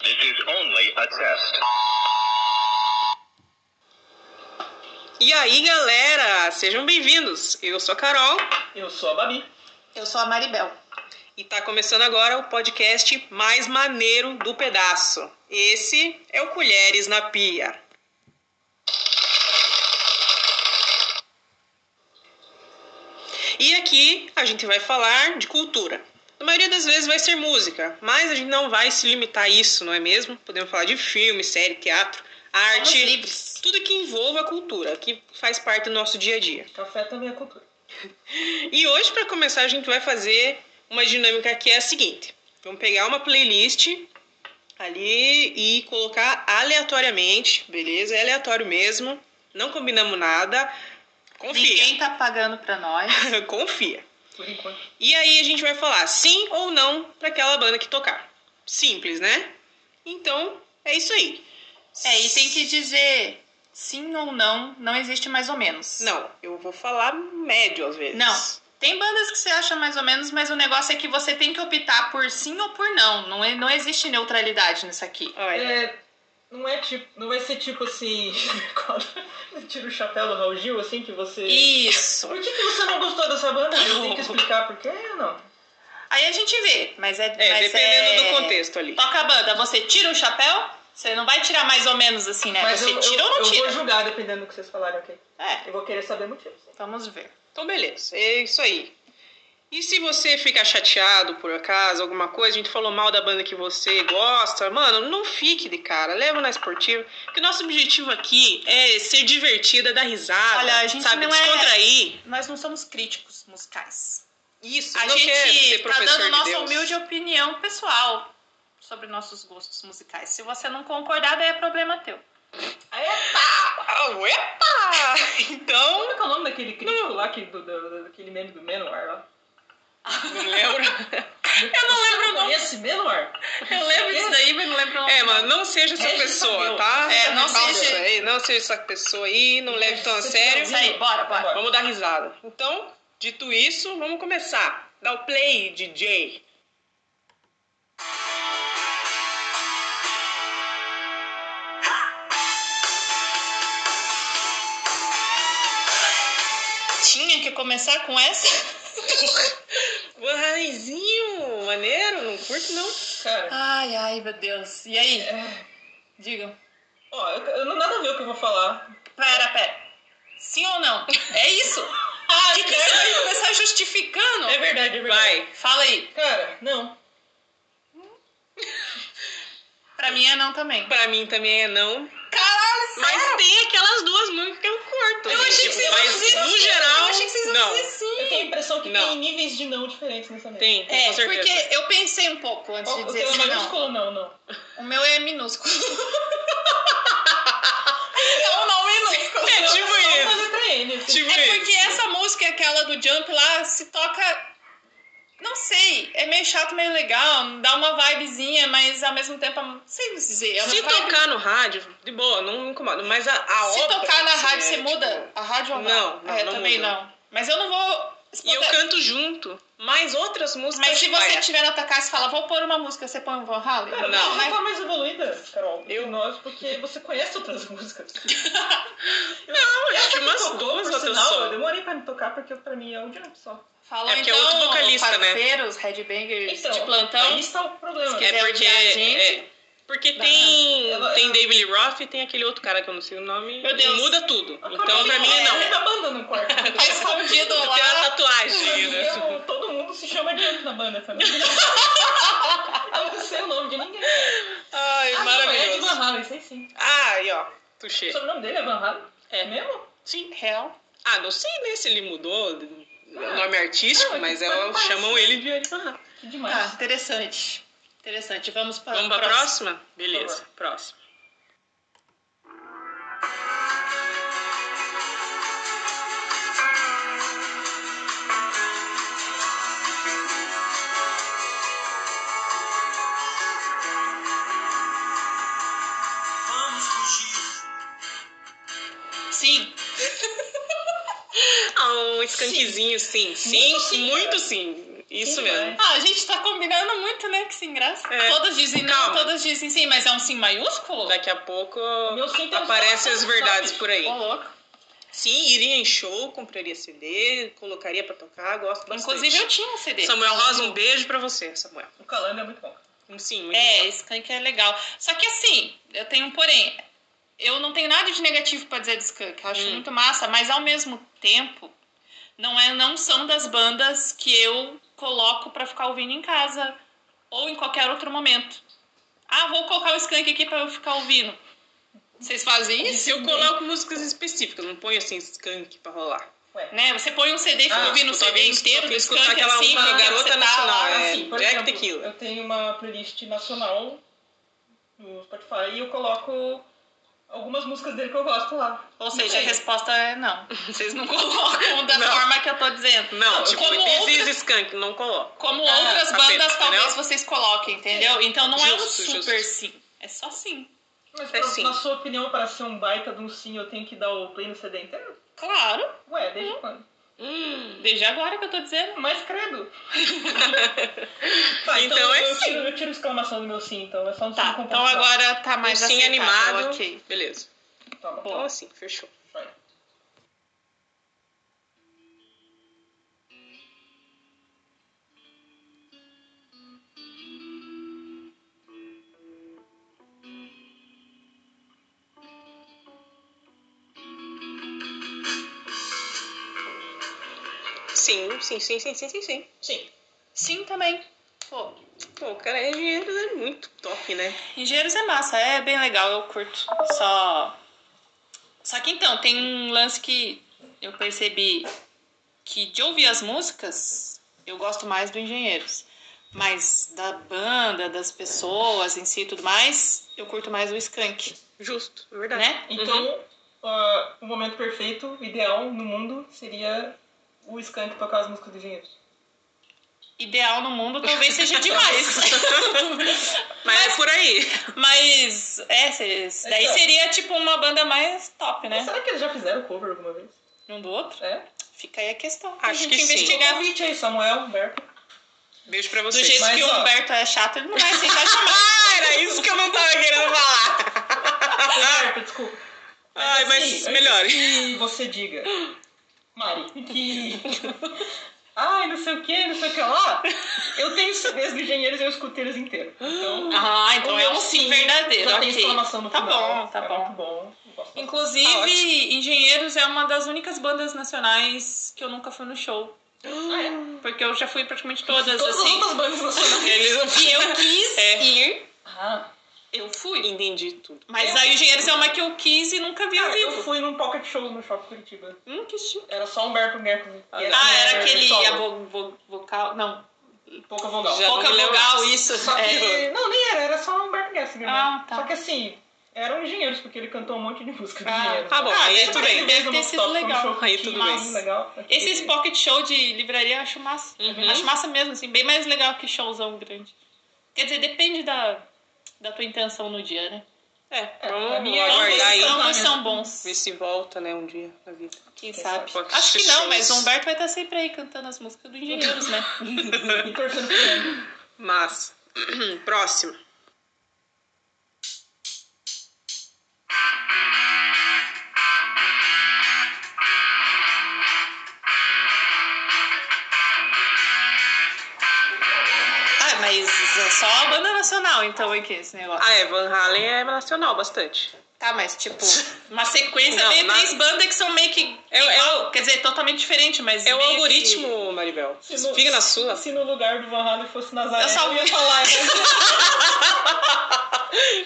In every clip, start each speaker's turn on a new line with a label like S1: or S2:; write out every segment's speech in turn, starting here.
S1: This is only a test.
S2: E aí, galera, sejam bem-vindos. Eu sou a Carol
S3: Eu sou a Babi.
S4: Eu sou a Maribel.
S2: e tá começando agora o podcast mais maneiro do pedaço. Esse é o Colheres na Pia. E aqui a gente vai falar de cultura. Na maioria das vezes vai ser música, mas a gente não vai se limitar a isso, não é mesmo? Podemos falar de filme, série, teatro,
S4: Somos
S2: arte,
S4: livres.
S2: tudo que envolva a cultura, que faz parte do nosso dia a dia.
S3: Café também é cultura.
S2: E hoje, para começar, a gente vai fazer uma dinâmica que é a seguinte: vamos pegar uma playlist ali e colocar aleatoriamente, beleza? É aleatório mesmo, não combinamos nada. Confia,
S4: Ninguém tá pagando pra nós.
S2: confia.
S3: Por enquanto.
S2: E aí a gente vai falar sim ou não para aquela banda que tocar. Simples, né? Então, é isso aí.
S4: É, e tem que dizer sim ou não, não existe mais ou menos.
S2: Não, eu vou falar médio às vezes.
S4: Não. Tem bandas que você acha mais ou menos, mas o negócio é que você tem que optar por sim ou por não. Não, é- não existe neutralidade nisso aqui.
S2: Olha,
S3: É, não é tipo. Não vai ser tipo assim. quando Tira o chapéu do Raul Gil, assim, que você.
S4: Isso.
S3: Por que, que você não gostou dessa banda? Eu tenho que explicar por quê ou não?
S4: Aí a gente vê, mas é.
S2: é,
S4: mas
S2: dependendo
S4: é-
S2: do contexto ali.
S4: Toca a banda, você tira o chapéu? Você não vai tirar mais ou menos assim, né?
S3: Mas
S4: você
S3: eu,
S4: tira
S3: eu,
S4: ou não
S3: eu
S4: tira?
S3: vou julgar, dependendo do que vocês falarem, ok?
S4: É,
S3: Eu vou querer saber motivos.
S4: vamos ver.
S2: Então, beleza, é isso aí. E se você ficar chateado por acaso, alguma coisa, a gente falou mal da banda que você gosta, mano, não fique de cara, leva na esportiva, porque nosso objetivo aqui é ser divertida, dar risada,
S4: Olha, a gente
S2: sabe,
S4: não é-
S2: descontrair.
S4: Nós não somos críticos musicais.
S2: Isso,
S4: A
S2: não quer ser
S4: gente tá
S2: professor
S4: dando
S2: de
S4: nossa
S2: Deus.
S4: humilde opinião pessoal sobre nossos gostos musicais. Se você não concordar, daí é problema teu. é-
S2: Ah, epa! Então,
S3: Como é que é o nome daquele crítico lá, que, do, do- daquele meme do Menor lá?
S2: não lembro.
S3: Eu
S4: não lembro o nome.
S3: Conhece Menor?
S4: Eu lembro disso daí, mas não lembro o nome.
S2: É, mano, não seja essa
S3: Regis
S2: pessoa,
S3: Tadeu.
S2: tá?
S4: É, não
S2: Nossa,
S4: seja-
S2: aí, não seja essa pessoa aí, não leve tão a
S3: Você
S2: sério.
S4: Isso aí, bora, bora.
S2: Vamos dar risada. Então, dito isso, vamos começar. Dá o play, DJ.
S4: Tinha que começar com essa?
S2: Raizinho, maneiro, não curto não.
S3: Cara,
S4: Ai, ai, meu Deus. E aí? Digam.
S3: ó, eu, eu não nada a ver o que eu vou falar.
S4: Pera, pera. Sim ou não? É isso? Ah, que que você vai começar justificando?
S3: verdade, é
S2: Vai.
S4: Fala aí.
S3: Cara, não.
S4: Pra mim é não também.
S2: Pra mim também é não. Caralho, Mas tem aquelas duas músicas que eu curto.
S4: Eu achei que vocês iam
S2: mas
S4: dizer
S2: no
S4: sim,
S2: geral,
S4: eu achei que vocês iam
S2: não.
S4: dizer sim.
S3: Eu tenho a impressão que
S2: Não.
S3: tem níveis de não diferentes nessa mesa.
S2: Tem, tem,
S4: É,
S2: com certeza.
S4: porque eu pensei um pouco antes de
S3: O, o
S4: dizer
S3: teu é
S4: sim ou não.
S3: maiúsculo não, não.
S4: O meu é minúsculo.
S2: Então,
S4: não, não minúsculo.
S2: É tipo
S3: Só uma
S2: isso.
S3: letra N, assim.
S2: Tipo
S4: É
S2: isso.
S4: porque essa música, aquela do Jump lá, se toca. Não sei, é meio chato, meio legal, dá uma vibezinha, mas ao mesmo tempo, não sei dizer. É uma
S2: Se
S4: vibe-
S2: tocar no rádio, de boa, não me incomoda. Mas a, a
S4: se
S2: ópera,
S4: tocar na
S2: assim,
S4: rádio,
S2: é,
S4: você
S2: tipo,
S4: muda a rádio ou
S2: Não,
S4: não?
S2: não,
S4: é,
S2: não
S4: também
S2: muda.
S4: não. Mas eu não vou.
S2: tipo, E eu canto junto, mas outras músicas.
S4: Mas se
S2: vai,
S4: você tiver na tua casa e falar, vou pôr uma música, você põe um Van Halen?
S3: Cara,
S2: Não.
S3: você
S4: mas-
S3: tá mais evoluída, Carol, do
S2: Eu?
S3: que nós, porque você conhece outras músicas.
S2: Não, acho que
S3: Essa
S2: umas
S3: tocou,
S2: duas
S3: por
S2: outras
S3: sinal, Eu
S2: só.
S3: demorei pra me tocar, porque pra mim é um jump só.
S4: Falou
S2: É porque é
S4: então,
S2: outro vocalista, né?
S4: parceiros, headbangers
S3: Então,
S4: de plantão.
S3: aí está o problema.
S4: quiser
S2: É porque.
S4: odiar a gente,
S2: é, porque
S4: dá
S2: tem.
S3: Eu- eu-
S2: tem David Lee Roth e tem aquele outro cara que eu não sei o nome.
S4: Meu Deus.
S2: Muda tudo.
S3: Ah,
S2: Então, pra mim,
S3: é
S2: não.
S3: da banda no quarto.
S2: então.
S4: Tá escondido
S2: Tem
S4: lá.
S2: uma tatuagem. né?
S3: Eu- Todo mundo se chama Jump na banda também. Eu não sei o nome de ninguém.
S2: Ai,
S3: Ah, não,
S2: É
S3: É de
S2: maravilhoso.
S3: Van Halen, sei sim.
S2: Ai, ó. Tuxê.
S3: O sobrenome dele é Van Halen?
S2: É.
S3: mesmo?
S2: Sim.
S4: Hell.
S2: Ah, não sei né, se ele mudou de-
S3: Ah.
S2: nome artístico,
S3: Não,
S2: mas
S3: mas
S2: é,
S3: parece.
S2: chamam ele de Arizona.
S3: Que
S4: Ah,
S3: demais.
S4: interessante. Interessante. Vamos para
S2: Vamos pra próxima? Beleza, próxima.
S5: Vamos fugir.
S4: Sim.
S2: Ah, um escantezinho, sim. Sim, muito sim. Isso
S3: Quem
S2: mesmo.
S4: Ah, a gente tá combinando muito, né? Que sem graça.
S2: É.
S4: Todas dizem não,
S2: Calma.
S4: todas dizem sim, mas é um sim maiúsculo?
S2: Daqui a pouco
S3: meu sim
S4: Então,
S3: tem um
S2: aparecem
S3: só-
S2: as verdades
S3: só-
S2: por aí.
S4: Ô, louco.
S2: Sim, iria em show, compraria CD, colocaria pra tocar, gosto bastante.
S4: Inclusive eu tinha um CD.
S2: Samuel Rosa, um beijo pra você, Samuel. Um
S3: O Calando é muito bom.
S2: Sim, muito
S4: É,
S2: bom.
S4: Skank é legal. Só que assim, eu tenho um porém. Eu não tenho nada de negativo pra dizer de Skank. Eu acho
S2: Hum.
S4: muito massa, mas ao mesmo tempo, não, é, não são das bandas que eu coloco pra ficar ouvindo em casa ou em qualquer outro momento. Ah, vou colocar o Skank aqui pra eu ficar ouvindo. Vocês fazem isso?
S2: Isso eu coloco músicas específicas, não ponho assim skunk pra rolar.
S4: Né? Você põe um CD e fica
S2: Ah,
S4: ouvindo o
S2: escutar
S4: CD
S2: bem,
S4: inteiro do
S2: escutar
S4: Skank
S2: aquela
S4: assim,
S2: uma
S4: enquanto
S2: garota
S4: você tá
S2: nacional,
S4: lá.
S2: é.
S3: Assim, por
S2: Black
S3: exemplo,
S2: Tequila.
S3: eu tenho uma playlist nacional no Spotify e eu coloco algumas músicas dele que eu gosto lá.
S4: Ou seja, a
S3: Não sei.
S4: resposta é não. Vocês não colocam da
S2: Não.
S4: forma que eu tô dizendo.
S2: Não, tipo,
S4: como
S2: this
S4: outra-
S2: is skunk, não coloco.
S4: Como
S2: Ah,
S4: outras
S2: capeta,
S4: bandas,
S2: entendeu?
S4: talvez vocês coloquem, entendeu? Então não é um
S2: Justo,
S4: super
S2: justo.
S4: sim. É só sim.
S3: Mas
S2: É
S3: pra-
S2: sim.
S3: na sua opinião, para ser um baita de um sim, eu tenho que dar o play no CD inteiro?
S4: Claro,
S3: Ué, desde
S2: Uhum.
S3: quando?
S2: Hum.
S4: desde agora que eu tô dizendo.
S3: Mas credo! Tá,
S2: Então é
S3: eu
S2: sim.
S3: Tiro, eu tiro exclamação do meu sim, então é só um sim
S4: Tá,
S3: com
S4: então
S3: ponto final.
S4: agora tá mais
S2: Um sim
S4: aceitável,
S2: animado.
S4: ok.
S2: Beleza.
S3: Tá bom. tá,
S2: Então assim, fechou.
S3: Vai.
S2: Sim, sim, sim, sim, sim, sim, sim.
S3: Sim.
S4: Sim também. Pô,
S2: Pô, o cara é engenheiro, é muito top, né?
S4: Engenheiros é massa, é bem legal, eu curto. Só. Só que então, tem um lance que eu percebi que de ouvir as músicas, eu gosto mais do Engenheiros. Mas da banda, das pessoas em si e tudo mais, eu curto mais o Skank,
S2: Justo, é verdade.
S4: né?
S3: Então, ah, o momento perfeito, o ideal no mundo, seria o Skank tocar as músicas do Engenheiro.
S4: Ideal no mundo talvez seja demais.
S2: Mas, é por aí.
S4: Mas, é, cês- daí
S3: Então.
S4: seria tipo uma banda mais top, né?
S3: Será que eles já fizeram cover alguma vez?
S4: Um do outro.
S3: É?
S4: Fica aí a questão. pra
S2: Acho
S4: gente
S2: que sim.
S4: investigar.
S3: Um convite aí, Samuel, Humberto.
S2: Beijo pra
S4: Do
S2: vocês.
S4: jeito
S3: Mas,
S4: que o
S3: ó.
S4: Humberto é chato, ele não vai aceitar chamar.
S2: Ah, era isso que eu não tava querendo falar.
S3: Humberto, desculpa.
S2: Ai, mas
S4: é
S3: assim,
S2: melhor.
S3: Que você diga, Mari, que... Ai, não sei o que, não sei o que lá. Eu tenho CDs do Engenheiros e eu escuto eles inteiros. Então,
S4: Ah,
S3: o
S4: então é
S3: meu
S4: um sim verdadeiro.
S3: Já
S4: ok.
S3: tem exclamação no
S4: tá
S3: final.
S4: bom, tá
S3: é
S4: bom.
S3: Muito bom. Eu gosto bastante.
S4: Inclusive,
S2: Tá
S4: Engenheiros é uma das únicas bandas nacionais que eu nunca fui no show. Porque eu já fui praticamente todas,
S3: Ah, é. Todas as
S4: Hum. assim.
S3: outras bandas nacionais.
S2: Eles não
S4: Que eu quis
S2: É.
S4: ir,
S3: Ah,
S4: eu fui.
S2: Entendi tudo.
S4: Mas
S3: Eu-
S4: aí Engenheiros é uma que eu quis e nunca vi ao
S3: cara, eu
S4: vivo.
S3: fui num pocket show no Shopping Curitiba.
S4: Hum, que chique.
S3: Era só um Humberto Guerco.
S2: Ah,
S4: Ah, era
S2: É,
S4: aquele
S3: um solo,
S4: a vo- vo- vocal. Não,
S3: Pouca vogal.
S2: Já não
S4: pouca
S2: me lembro.
S4: vogal, isso.
S3: Só que.
S4: é.
S3: Não, nem era, era só um Humberto Gessinger, né?
S4: Ah, tá.
S3: Só que assim, eram engenheiros, porque ele cantou um monte de música de né?
S4: Ah,
S3: engenheiros.
S2: tá bom,
S4: Ah,
S2: aí
S4: deve
S2: tudo
S4: ter-
S2: bem.
S4: deve ter sido legal.
S2: Aí tudo
S4: bem.
S3: legal. tá
S4: Esses pocket show de livraria eu acho massa.
S2: Uhum.
S4: Acho massa mesmo, assim, bem mais legal que showzão grande. Quer dizer, depende da, da tua intenção no dia, né?
S2: É,
S3: É,
S2: vamos,
S3: pra mim é
S2: vamos
S4: Ambos,
S2: aguardar aí.
S3: então.
S4: ambos são bons,
S2: Ver se volta, né, um dia na vida.
S4: quem sabe.
S2: Pocket
S4: Acho que não,
S2: shows.
S4: mas o Humberto vai estar sempre aí cantando as músicas do Engenheiros, né?
S3: E torcendo pro Grêmio.
S2: Mas, próximo.
S4: ah, mas é só a banda nacional, então, aqui, esse negócio.
S2: Ah, é, Van Halen é nacional bastante.
S4: Tá, mas tipo, uma sequência
S2: Não,
S4: meio
S2: na-
S4: três bandas que são meio que.
S2: É, o- é o-
S4: Quer dizer, totalmente diferente, mas.
S2: é o
S4: meio que-
S2: algoritmo, Maribel.
S3: Se no-
S2: Fica na sua.
S3: Se no lugar do Van Halen fosse Nazaré,
S4: Eu só-
S3: ia falar. né?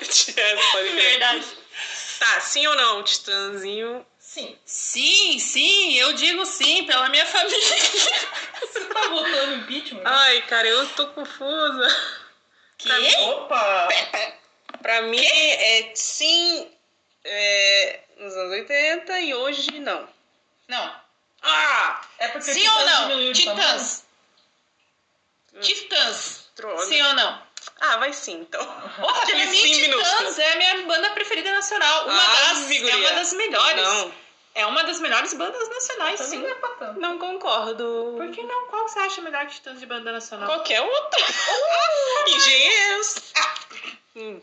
S2: Yes, pode ver.
S4: Verdade.
S2: Tá, sim ou não, Titãzinho?
S3: Sim.
S4: Sim, sim, eu digo sim, pela minha família.
S3: Você tá votando impeachment?
S2: Ai, cara, eu tô confusa.
S4: Que?
S3: Opa!
S2: Pra mim é sim é, nos anos 80 e hoje não.
S4: Não.
S2: Ah!
S3: É porque
S4: Sim
S3: Titãs
S4: ou não?
S3: diminuiu de
S4: Titãs. Titãs.
S2: Droga.
S4: Sim ou não?
S2: Ah, vai sim, então.
S4: Porra,
S2: Aquele
S4: pra mim,
S2: sim minúsculo.
S4: Titãs é a minha banda preferida nacional. Uma
S2: Ah,
S4: das.
S2: guria.
S4: É uma das melhores.
S2: Não. Tá
S4: É uma das melhores bandas nacionais,
S3: Também
S4: sim.
S3: não é pra tanto.
S2: Não concordo.
S4: Por que não? Qual que você acha a melhor atitude de banda nacional?
S2: Qualquer outra. Engenheiros.
S4: Ah,
S2: Hum,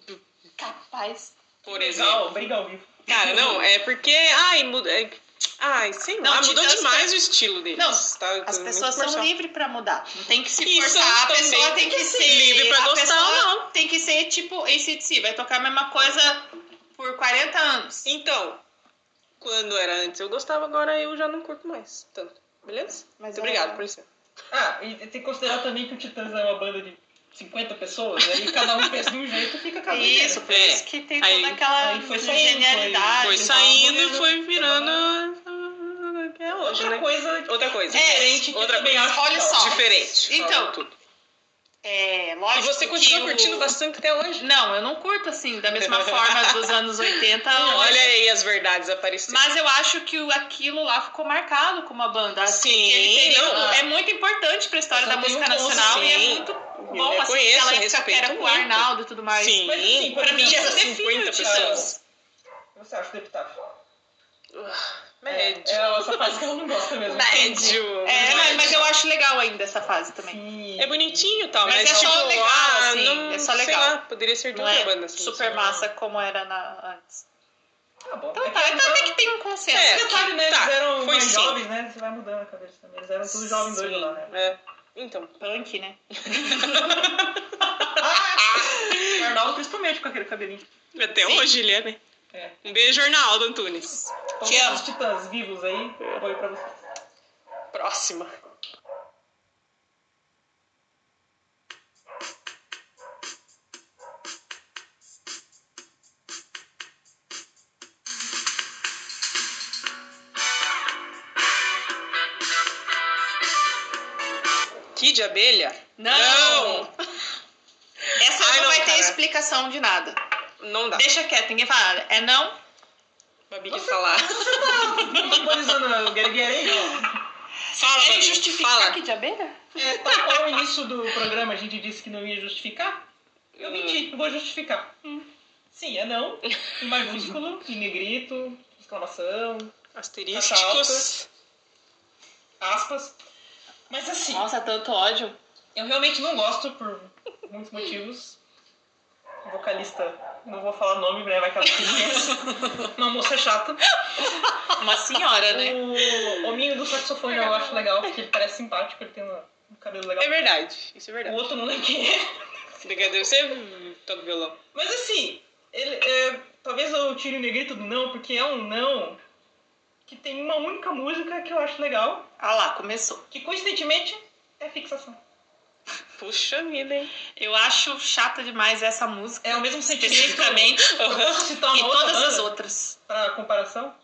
S4: Capaz.
S2: Por exemplo.
S3: Legal, briga ao vivo.
S2: Cara, não, é porque. Ai, muda. é- Ai, sei lá.
S4: Não,
S2: mudou
S4: Titãs
S2: demais
S4: tá-
S2: o estilo deles.
S4: Não,
S2: Tá- tá
S4: As
S2: muito
S4: pessoas são
S2: comercial.
S4: livres pra mudar. Não tem que se
S2: E
S4: forçar.
S2: são
S4: A pessoa
S2: também
S4: tem que ser.
S2: livre pra
S4: a
S2: gostar
S4: pessoa
S2: ou não.
S4: Tem que ser tipo ACDC. Vai tocar a mesma coisa por 40 anos.
S2: Então, quando era antes eu gostava, agora eu já não curto mais tanto. Beleza?
S4: Mas
S2: Muito
S4: é.
S2: obrigada por isso.
S3: Ah, e tem que considerar também que o Titãs é uma banda de 50 pessoas, aí cada um pensa de um jeito e fica cada um de
S4: Isso,
S3: outro.
S4: por
S2: É.
S4: isso que tem
S2: Aí-
S4: toda aquela
S3: aí foi saindo,
S4: genialidade.
S2: Foi
S3: tá
S2: saindo e
S3: rolando,
S2: foi
S3: tá
S2: virando. ah, Que é hoje,
S3: Outra
S2: né?
S3: coisa
S2: Outra coisa.
S4: É,
S3: diferente que
S2: outra
S3: eu também
S2: coisa.
S3: acho.
S4: Olha
S3: legal.
S4: só.
S2: Diferente.
S4: Então,
S2: Falou tudo.
S4: É,
S2: E
S4: lógico
S2: você
S4: que
S2: continua
S4: o-
S2: curtindo bastante até hoje?
S4: Não, eu não curto assim, da mesma forma dos anos 80.
S2: Olha aí as verdades aparecendo.
S4: Mas eu acho que o- aquilo lá ficou marcado como uma banda. assim,
S2: Sim,
S4: aquele período
S2: não.
S4: é muito importante pra história
S3: Eu
S4: da
S3: tenho
S4: música
S3: gosto,
S4: nacional e é
S2: sim.
S4: muito
S2: Eu
S4: bom, assim,
S2: reconheço,
S4: aquela época que
S2: respeito
S4: era com o
S2: muito.
S4: Arnaldo e tudo mais.
S2: Sim.
S3: Mas assim, por
S4: Pra mim já
S3: exemplo,
S2: são
S4: define
S2: 50
S4: o Titãs.
S2: pessoas.
S3: O que você acha do Epitáfio?
S2: Médio.
S3: É, essa fase que ela não gosta mesmo.
S2: Médio.
S4: É, mas, mas eu acho legal ainda essa fase também.
S3: Sim.
S2: É bonitinho e tal,
S4: Mas
S2: mas,
S4: é só
S2: tipo,
S4: legal,
S2: ah,
S4: assim,
S2: não,
S4: é só
S2: sei
S4: legal.
S2: lá, poderia ser de
S4: Não
S2: outra
S4: é
S2: banda. assim,
S4: super
S2: sei lá.
S4: massa como era na, antes.
S3: Tá bom.
S4: Então
S3: É
S4: tá,
S3: que
S4: então até que tem um consenso.
S2: É,
S3: detalhe, né?
S2: tá,
S3: eles eram
S2: foi
S3: mais
S2: sim.
S3: jovens, né? Você vai mudando a cabeça também. Eles eram todos jovens doidos lá, né?
S2: É. Então,
S4: Punk, né?
S3: Ah, O Arnaldo é. principalmente com aquele cabelinho.
S2: até
S4: Sim.
S2: hoje ele é, né?
S3: É.
S2: Um beijo, Arnaldo Antunes.
S3: Então,
S4: Te amo.
S3: os titãs vivos aí, apoio pra vocês.
S2: Próxima. Kid de abelha?
S4: Não! Essa
S2: Ai,
S4: não,
S2: não,
S4: vai
S2: cara.
S4: ter
S2: Tá.
S4: explicação de nada.
S2: Não, não dá.
S4: Deixa quieto, ninguém fala nada. É não?
S2: Babi quer falar.
S3: Monopolizando o Guerreiro aí, ó.
S2: Fala,
S4: Querem
S2: Babi,
S4: justificar
S2: fala.
S4: que de abelha?
S3: É, tal qual no início do programa a gente disse que não ia justificar, eu menti, não vou justificar. Sim, é não, em maiúsculo, em negrito, exclamação,
S2: Asterísticos.
S3: aspas. Mas assim,
S4: Nossa, tanto ódio.
S3: eu realmente não gosto por muitos motivos. O vocalista, não vou falar nome, né? Vai que ela se conhece. Uma moça chata.
S4: Uma senhora, né?
S3: O hominho do saxofone eu acho legal, porque ele parece simpático, ele tem uma- um cabelo legal.
S2: É verdade, isso é
S3: O
S2: verdade.
S3: outro não lembro quem é.
S2: Brigadeiro, você toca hum, violão.
S3: Mas assim, ele, é, talvez eu tire o negrito do não, porque é um não que tem uma única música que eu acho legal,
S4: Ah lá, começou.
S3: que coincidentemente é fixação.
S2: Puxa vida, hein?
S4: Eu acho chata demais essa música.
S3: É o mesmo sentimento.
S4: Especificamente.
S3: Eu posso citar uma
S4: E
S3: outra
S4: todas
S3: banda
S4: as outras.
S3: pra comparação?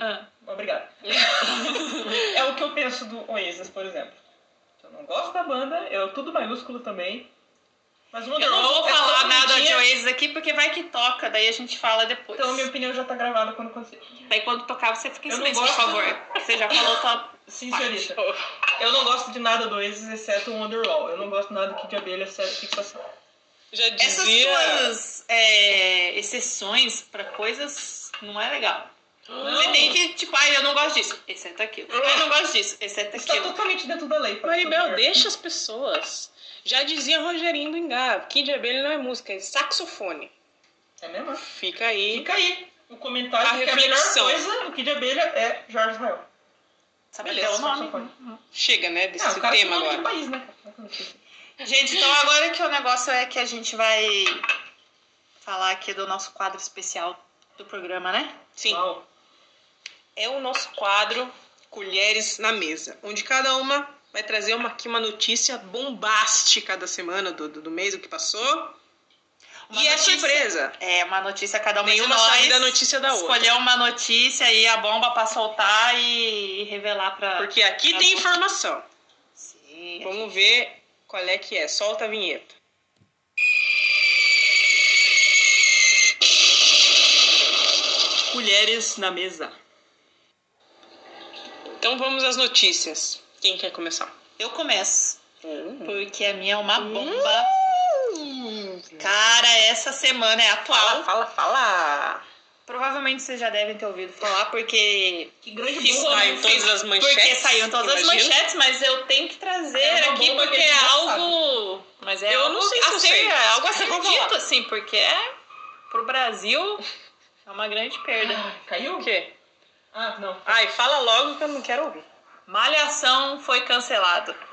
S4: Ah.
S3: Obrigado. é o que eu penso do Oasis, por exemplo. Eu não gosto da banda, eu tudo maiúsculo também. Mas o
S4: Eu
S3: Wonder
S4: não
S3: Woman
S4: vou
S3: é
S4: falar
S3: todo
S4: nada de
S3: dia,
S4: Oasis aqui, porque vai que toca, daí a gente fala depois.
S3: Então minha opinião já tá gravada quando acontecer.
S4: Daí quando tocar, você fica em
S3: Eu não
S4: silêncio, por
S3: gosto.
S4: favor. Você já falou tua...
S3: Sim, senhorita. Eu não gosto de nada do Oasis, exceto o Wonderwall. Eu não gosto nada do Kid de Abelha, exceto fixação.
S2: Já
S4: Essas
S2: dizia...
S4: tuas é, exceções pra coisas não é legal. Você tem que, tipo, ai, eu não gosto disso, exceto aquilo. Eu não gosto disso, exceto
S3: Está
S4: aquilo.
S3: totalmente dentro da lei. para
S2: Maribel,
S3: tudo.
S2: deixa as pessoas. Já dizia Rogerinho do Engar, Kid de Abelha não é música, é saxofone.
S3: É mesmo?
S2: Fica aí.
S3: Fica aí o comentário
S2: A
S3: de que
S2: reflexão.
S3: a melhor coisa do Kid de Abelha é Jorge Israel.
S4: Sabe
S2: Beleza,
S4: até o nome.
S3: saxofone.
S2: Chega, né,
S4: é
S2: desse
S3: Ah, o cara
S2: tema
S3: tem nome de
S2: agora.
S3: país, né? cara?
S4: Gente, então agora que o negócio é que a gente vai falar aqui do nosso quadro especial do programa, né?
S2: Sim,
S3: Uau.
S2: é o nosso quadro Colheres na Mesa, onde cada uma vai trazer uma, aqui uma notícia bombástica da semana, do, do, do mês, o que passou.
S4: Uma
S2: e é
S4: notícia-
S2: surpresa.
S4: É, uma notícia cada uma
S2: Nenhuma
S4: de nós.
S2: sabe da notícia da outra.
S4: Escolheu uma notícia e a bomba pra soltar e revelar pra...
S2: Porque aqui
S4: Tá
S2: tem
S4: bom.
S2: informação.
S4: Sim,
S2: Vamos ver qual é que é. Solta a vinheta.
S3: Colheres na mesa.
S2: Então vamos às notícias. Quem quer começar?
S4: eu começo.
S2: Hum.
S4: Porque a minha é uma bomba. Cara, essa semana é atual.
S2: Fala, fala, fala.
S4: Provavelmente vocês já devem ter ouvido falar, porque.
S3: Que grande
S2: Que
S3: bomba.
S2: saiu todas as manchetes.
S4: Porque saiu em todas
S2: imagino.
S4: as manchetes, mas eu tenho que trazer
S3: É uma
S4: aqui
S3: bomba
S4: porque
S3: que a
S4: é
S3: gente já
S4: algo. Mas é
S2: Eu
S4: algo
S2: não sei
S4: a
S2: se eu
S4: ser-
S2: sei.
S4: É algo a
S2: Eu
S4: ser
S2: vou
S4: dito,
S2: falar.
S4: assim, porque é. Pro Brasil é uma grande perda.
S3: Ah, Caiu?
S2: O quê?
S3: Ah, não.
S2: Ai, fala logo que eu não quero ouvir.
S4: Malhação foi cancelado.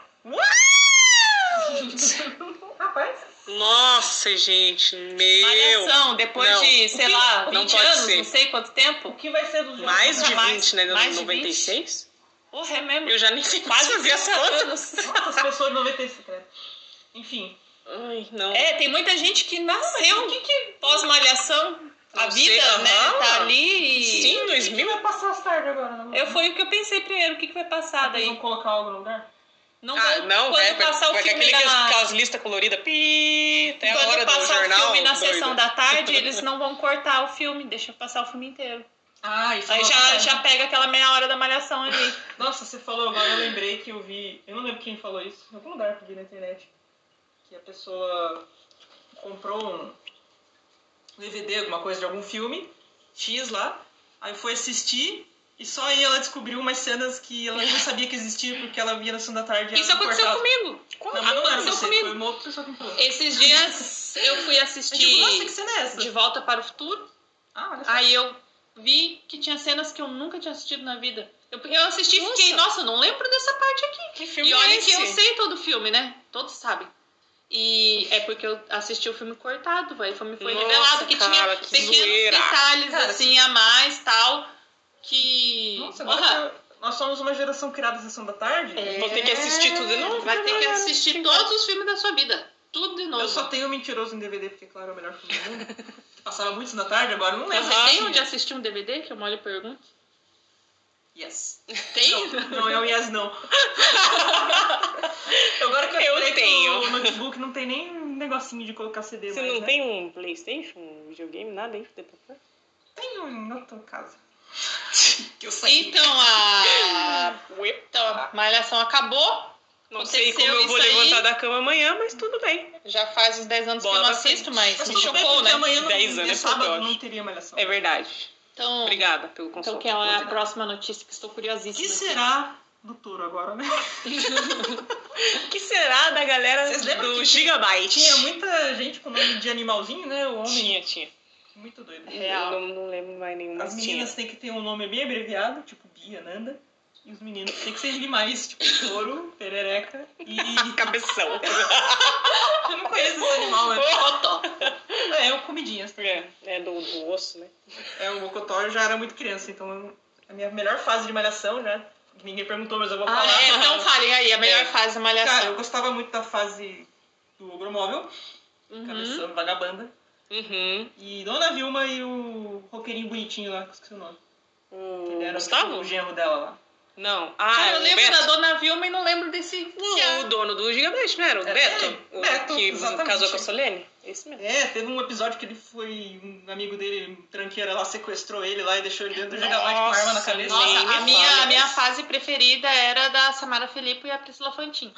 S3: Rapaz.
S2: Nossa, gente, meu.
S4: Malhação, depois
S2: Não.
S4: de, sei
S2: O quê?
S4: lá,
S2: Não
S4: 20
S2: pode
S4: anos,
S2: ser.
S4: não sei quanto
S3: O
S4: tempo.
S3: que vai ser dos jogos?
S2: Mais de
S4: Mais-
S2: 20, né?
S4: mais de
S2: 96?
S4: Porra, é mesmo.
S2: Eu já nem sei mais
S4: Quase
S2: fazer as
S4: 30
S2: contas.
S4: anos.
S3: Nossa, as pessoas de 96, cara. Enfim.
S2: Ai, não.
S4: É, tem muita gente que nasceu. O que que pós-malhação? A
S2: Não sei,
S4: vida, né?
S2: aham.
S4: Tá ali. e-
S2: Sim,
S3: O que
S2: 2000.
S3: vai passar as tardes agora? Não-
S4: Eu foi o que eu pensei primeiro. O que, que vai passar daí?
S3: Vocês vão colocar algo no lugar?
S4: Não
S2: Ah,
S4: vão-
S2: não,
S4: quando
S2: é, vai-
S4: passar o
S2: vai com
S4: filme
S2: aquele
S4: da...
S2: que as- aquelas listas coloridas, pi, até a
S4: quando
S2: hora do
S4: passar
S2: jornal.
S4: o filme na
S2: doido.
S4: sessão da tarde, eles não vão cortar o filme, deixa passar o filme inteiro.
S3: Ah, isso
S4: Aí
S3: não
S4: já,
S3: acontece.
S4: já pega aquela meia hora da malhação ali.
S3: Nossa, você falou agora, eu lembrei que eu vi. Eu não lembro quem falou isso, em algum lugar que eu vi na internet. Que a pessoa comprou um DVD, alguma coisa de algum filme, X lá, aí foi assistir. E só aí ela descobriu umas cenas que ela não sabia que existia porque ela via na segunda tarde. e
S4: Isso
S3: ela não
S4: aconteceu
S3: cortava.
S4: comigo.
S3: Não, mas não era
S4: aconteceu
S3: você,
S4: comigo.
S3: foi uma outra pessoa que me falou.
S4: Esses dias eu fui
S3: Eu tipo, nossa, que
S4: assistir
S3: cena é essa?
S4: De Volta para o Futuro.
S3: Ah, olha só.
S4: Aí eu vi que tinha cenas que eu nunca tinha assistido na vida. Eu, eu assisti e fiquei, nossa, eu não lembro dessa parte aqui.
S2: Que filme
S4: E
S2: é
S4: olha
S2: esse?
S4: que eu sei todo o filme, né? Todos sabem. E é porque eu assisti o filme cortado, vai. Foi, me foi
S2: Nossa,
S4: revelado que
S2: cara,
S4: tinha
S2: que
S4: pequenos
S2: zoeira.
S4: detalhes
S3: Cara,
S4: assim a mais, tal, que
S3: Nossa,
S4: Porra,
S3: agora que eu- nós somos uma geração criada na sessão da tarde.
S4: É.
S2: Vou ter que assistir tudo de novo.
S4: vai ter que assistir todos os filmes da sua vida, tudo de novo.
S3: Eu só tenho mentiroso em DVD, porque, claro, é o melhor filme do mundo. Passava muito na tarde, agora eu não lembro.
S4: Você
S2: Aham.
S4: tem onde assistir um DVD que eu molho e pergunto?
S3: Yes.
S4: Tem?
S3: Não, não é o yes, não. agora que eu,
S2: Eu
S3: lembrei que
S2: tenho.
S3: o notebook não tem nem um negocinho de colocar CD
S2: Você
S3: mais,
S2: não
S3: né?
S2: tem um Playstation, um videogame, nada aí?
S3: Tem um na tua casa. Que eu saí.
S4: Então a então a malhação acabou.
S2: Não sei como
S4: Aconteceu
S2: eu vou
S4: isso aí.
S2: levantar da cama amanhã, mas tudo bem.
S4: Já faz uns 10 anos que
S2: Bora
S4: eu não
S2: pra frente.
S4: assisto, mas,
S3: Mas
S4: me
S3: tudo bem,
S4: chocou,
S3: porque
S4: né?
S3: amanhã não,
S2: 10 anos
S3: é
S2: é
S3: sábado,
S2: foda, eu
S3: não
S2: acho.
S3: teria malhação.
S2: É verdade.
S4: Então,
S2: Obrigada pelo
S4: Então,
S2: consolo.
S4: que é a próxima notícia que estou curiosíssima. assim.
S3: que será do touro agora, né?
S2: O que será da galera
S3: Vocês lembram que
S2: do
S3: tinha-
S2: Gigabyte?
S3: Tinha muita gente com nome de animalzinho, né? O homem.
S2: Tinha, tinha. É,
S3: Muito doido.
S4: Real.
S2: Eu não, não lembro mais nenhum, mas
S3: As
S2: tinha.
S3: meninas têm que ter um nome bem abreviado, tipo Bia, Nanda. E os meninos têm que ser animais, tipo touro, perereca e.
S2: Cabeção.
S3: Eu não conheço esse animal, mas.
S4: Cotó.
S3: É, é o Comidinhas.
S2: É, é do, do osso, né?
S3: É, o Mocotó eu já era muito criança, então eu- a minha melhor fase de malhação, né? Ninguém perguntou, mas eu vou
S4: Ah,
S3: falar.
S4: é, então falem aí, a melhor
S2: É.
S4: fase da malhação.
S3: Cara, eu gostava muito da fase do Ogromóvel,
S4: Uhum.
S3: cabeção, vagabanda.
S2: Uhum.
S3: E Dona Vilma e o roqueirinho bonitinho lá, que eu esqueci o nome.
S2: O
S3: Ele era
S2: Hum.
S3: tipo,
S2: Gustavo?
S3: o genro dela lá.
S2: Não. Ah,
S4: Cara, eu
S2: o
S4: lembro
S2: Beto.
S4: da Dona Vilma e não lembro desse. que
S2: Não,
S4: é.
S2: o dono do Gigabit, não era? O
S3: É,
S2: Beto?
S3: é,
S2: O
S3: Beto,
S2: que
S3: exatamente.
S2: casou com a Solene? Esse mesmo.
S3: É, teve um episódio que ele foi. Um amigo dele, um tranqueira lá, sequestrou ele lá e deixou ele dentro do gigabyte com uma arma na cabeça.
S4: Nossa,
S2: nem me
S4: a minha,
S2: fala.
S4: a minha fase preferida era da Samara Felipe e a Priscila Fantin.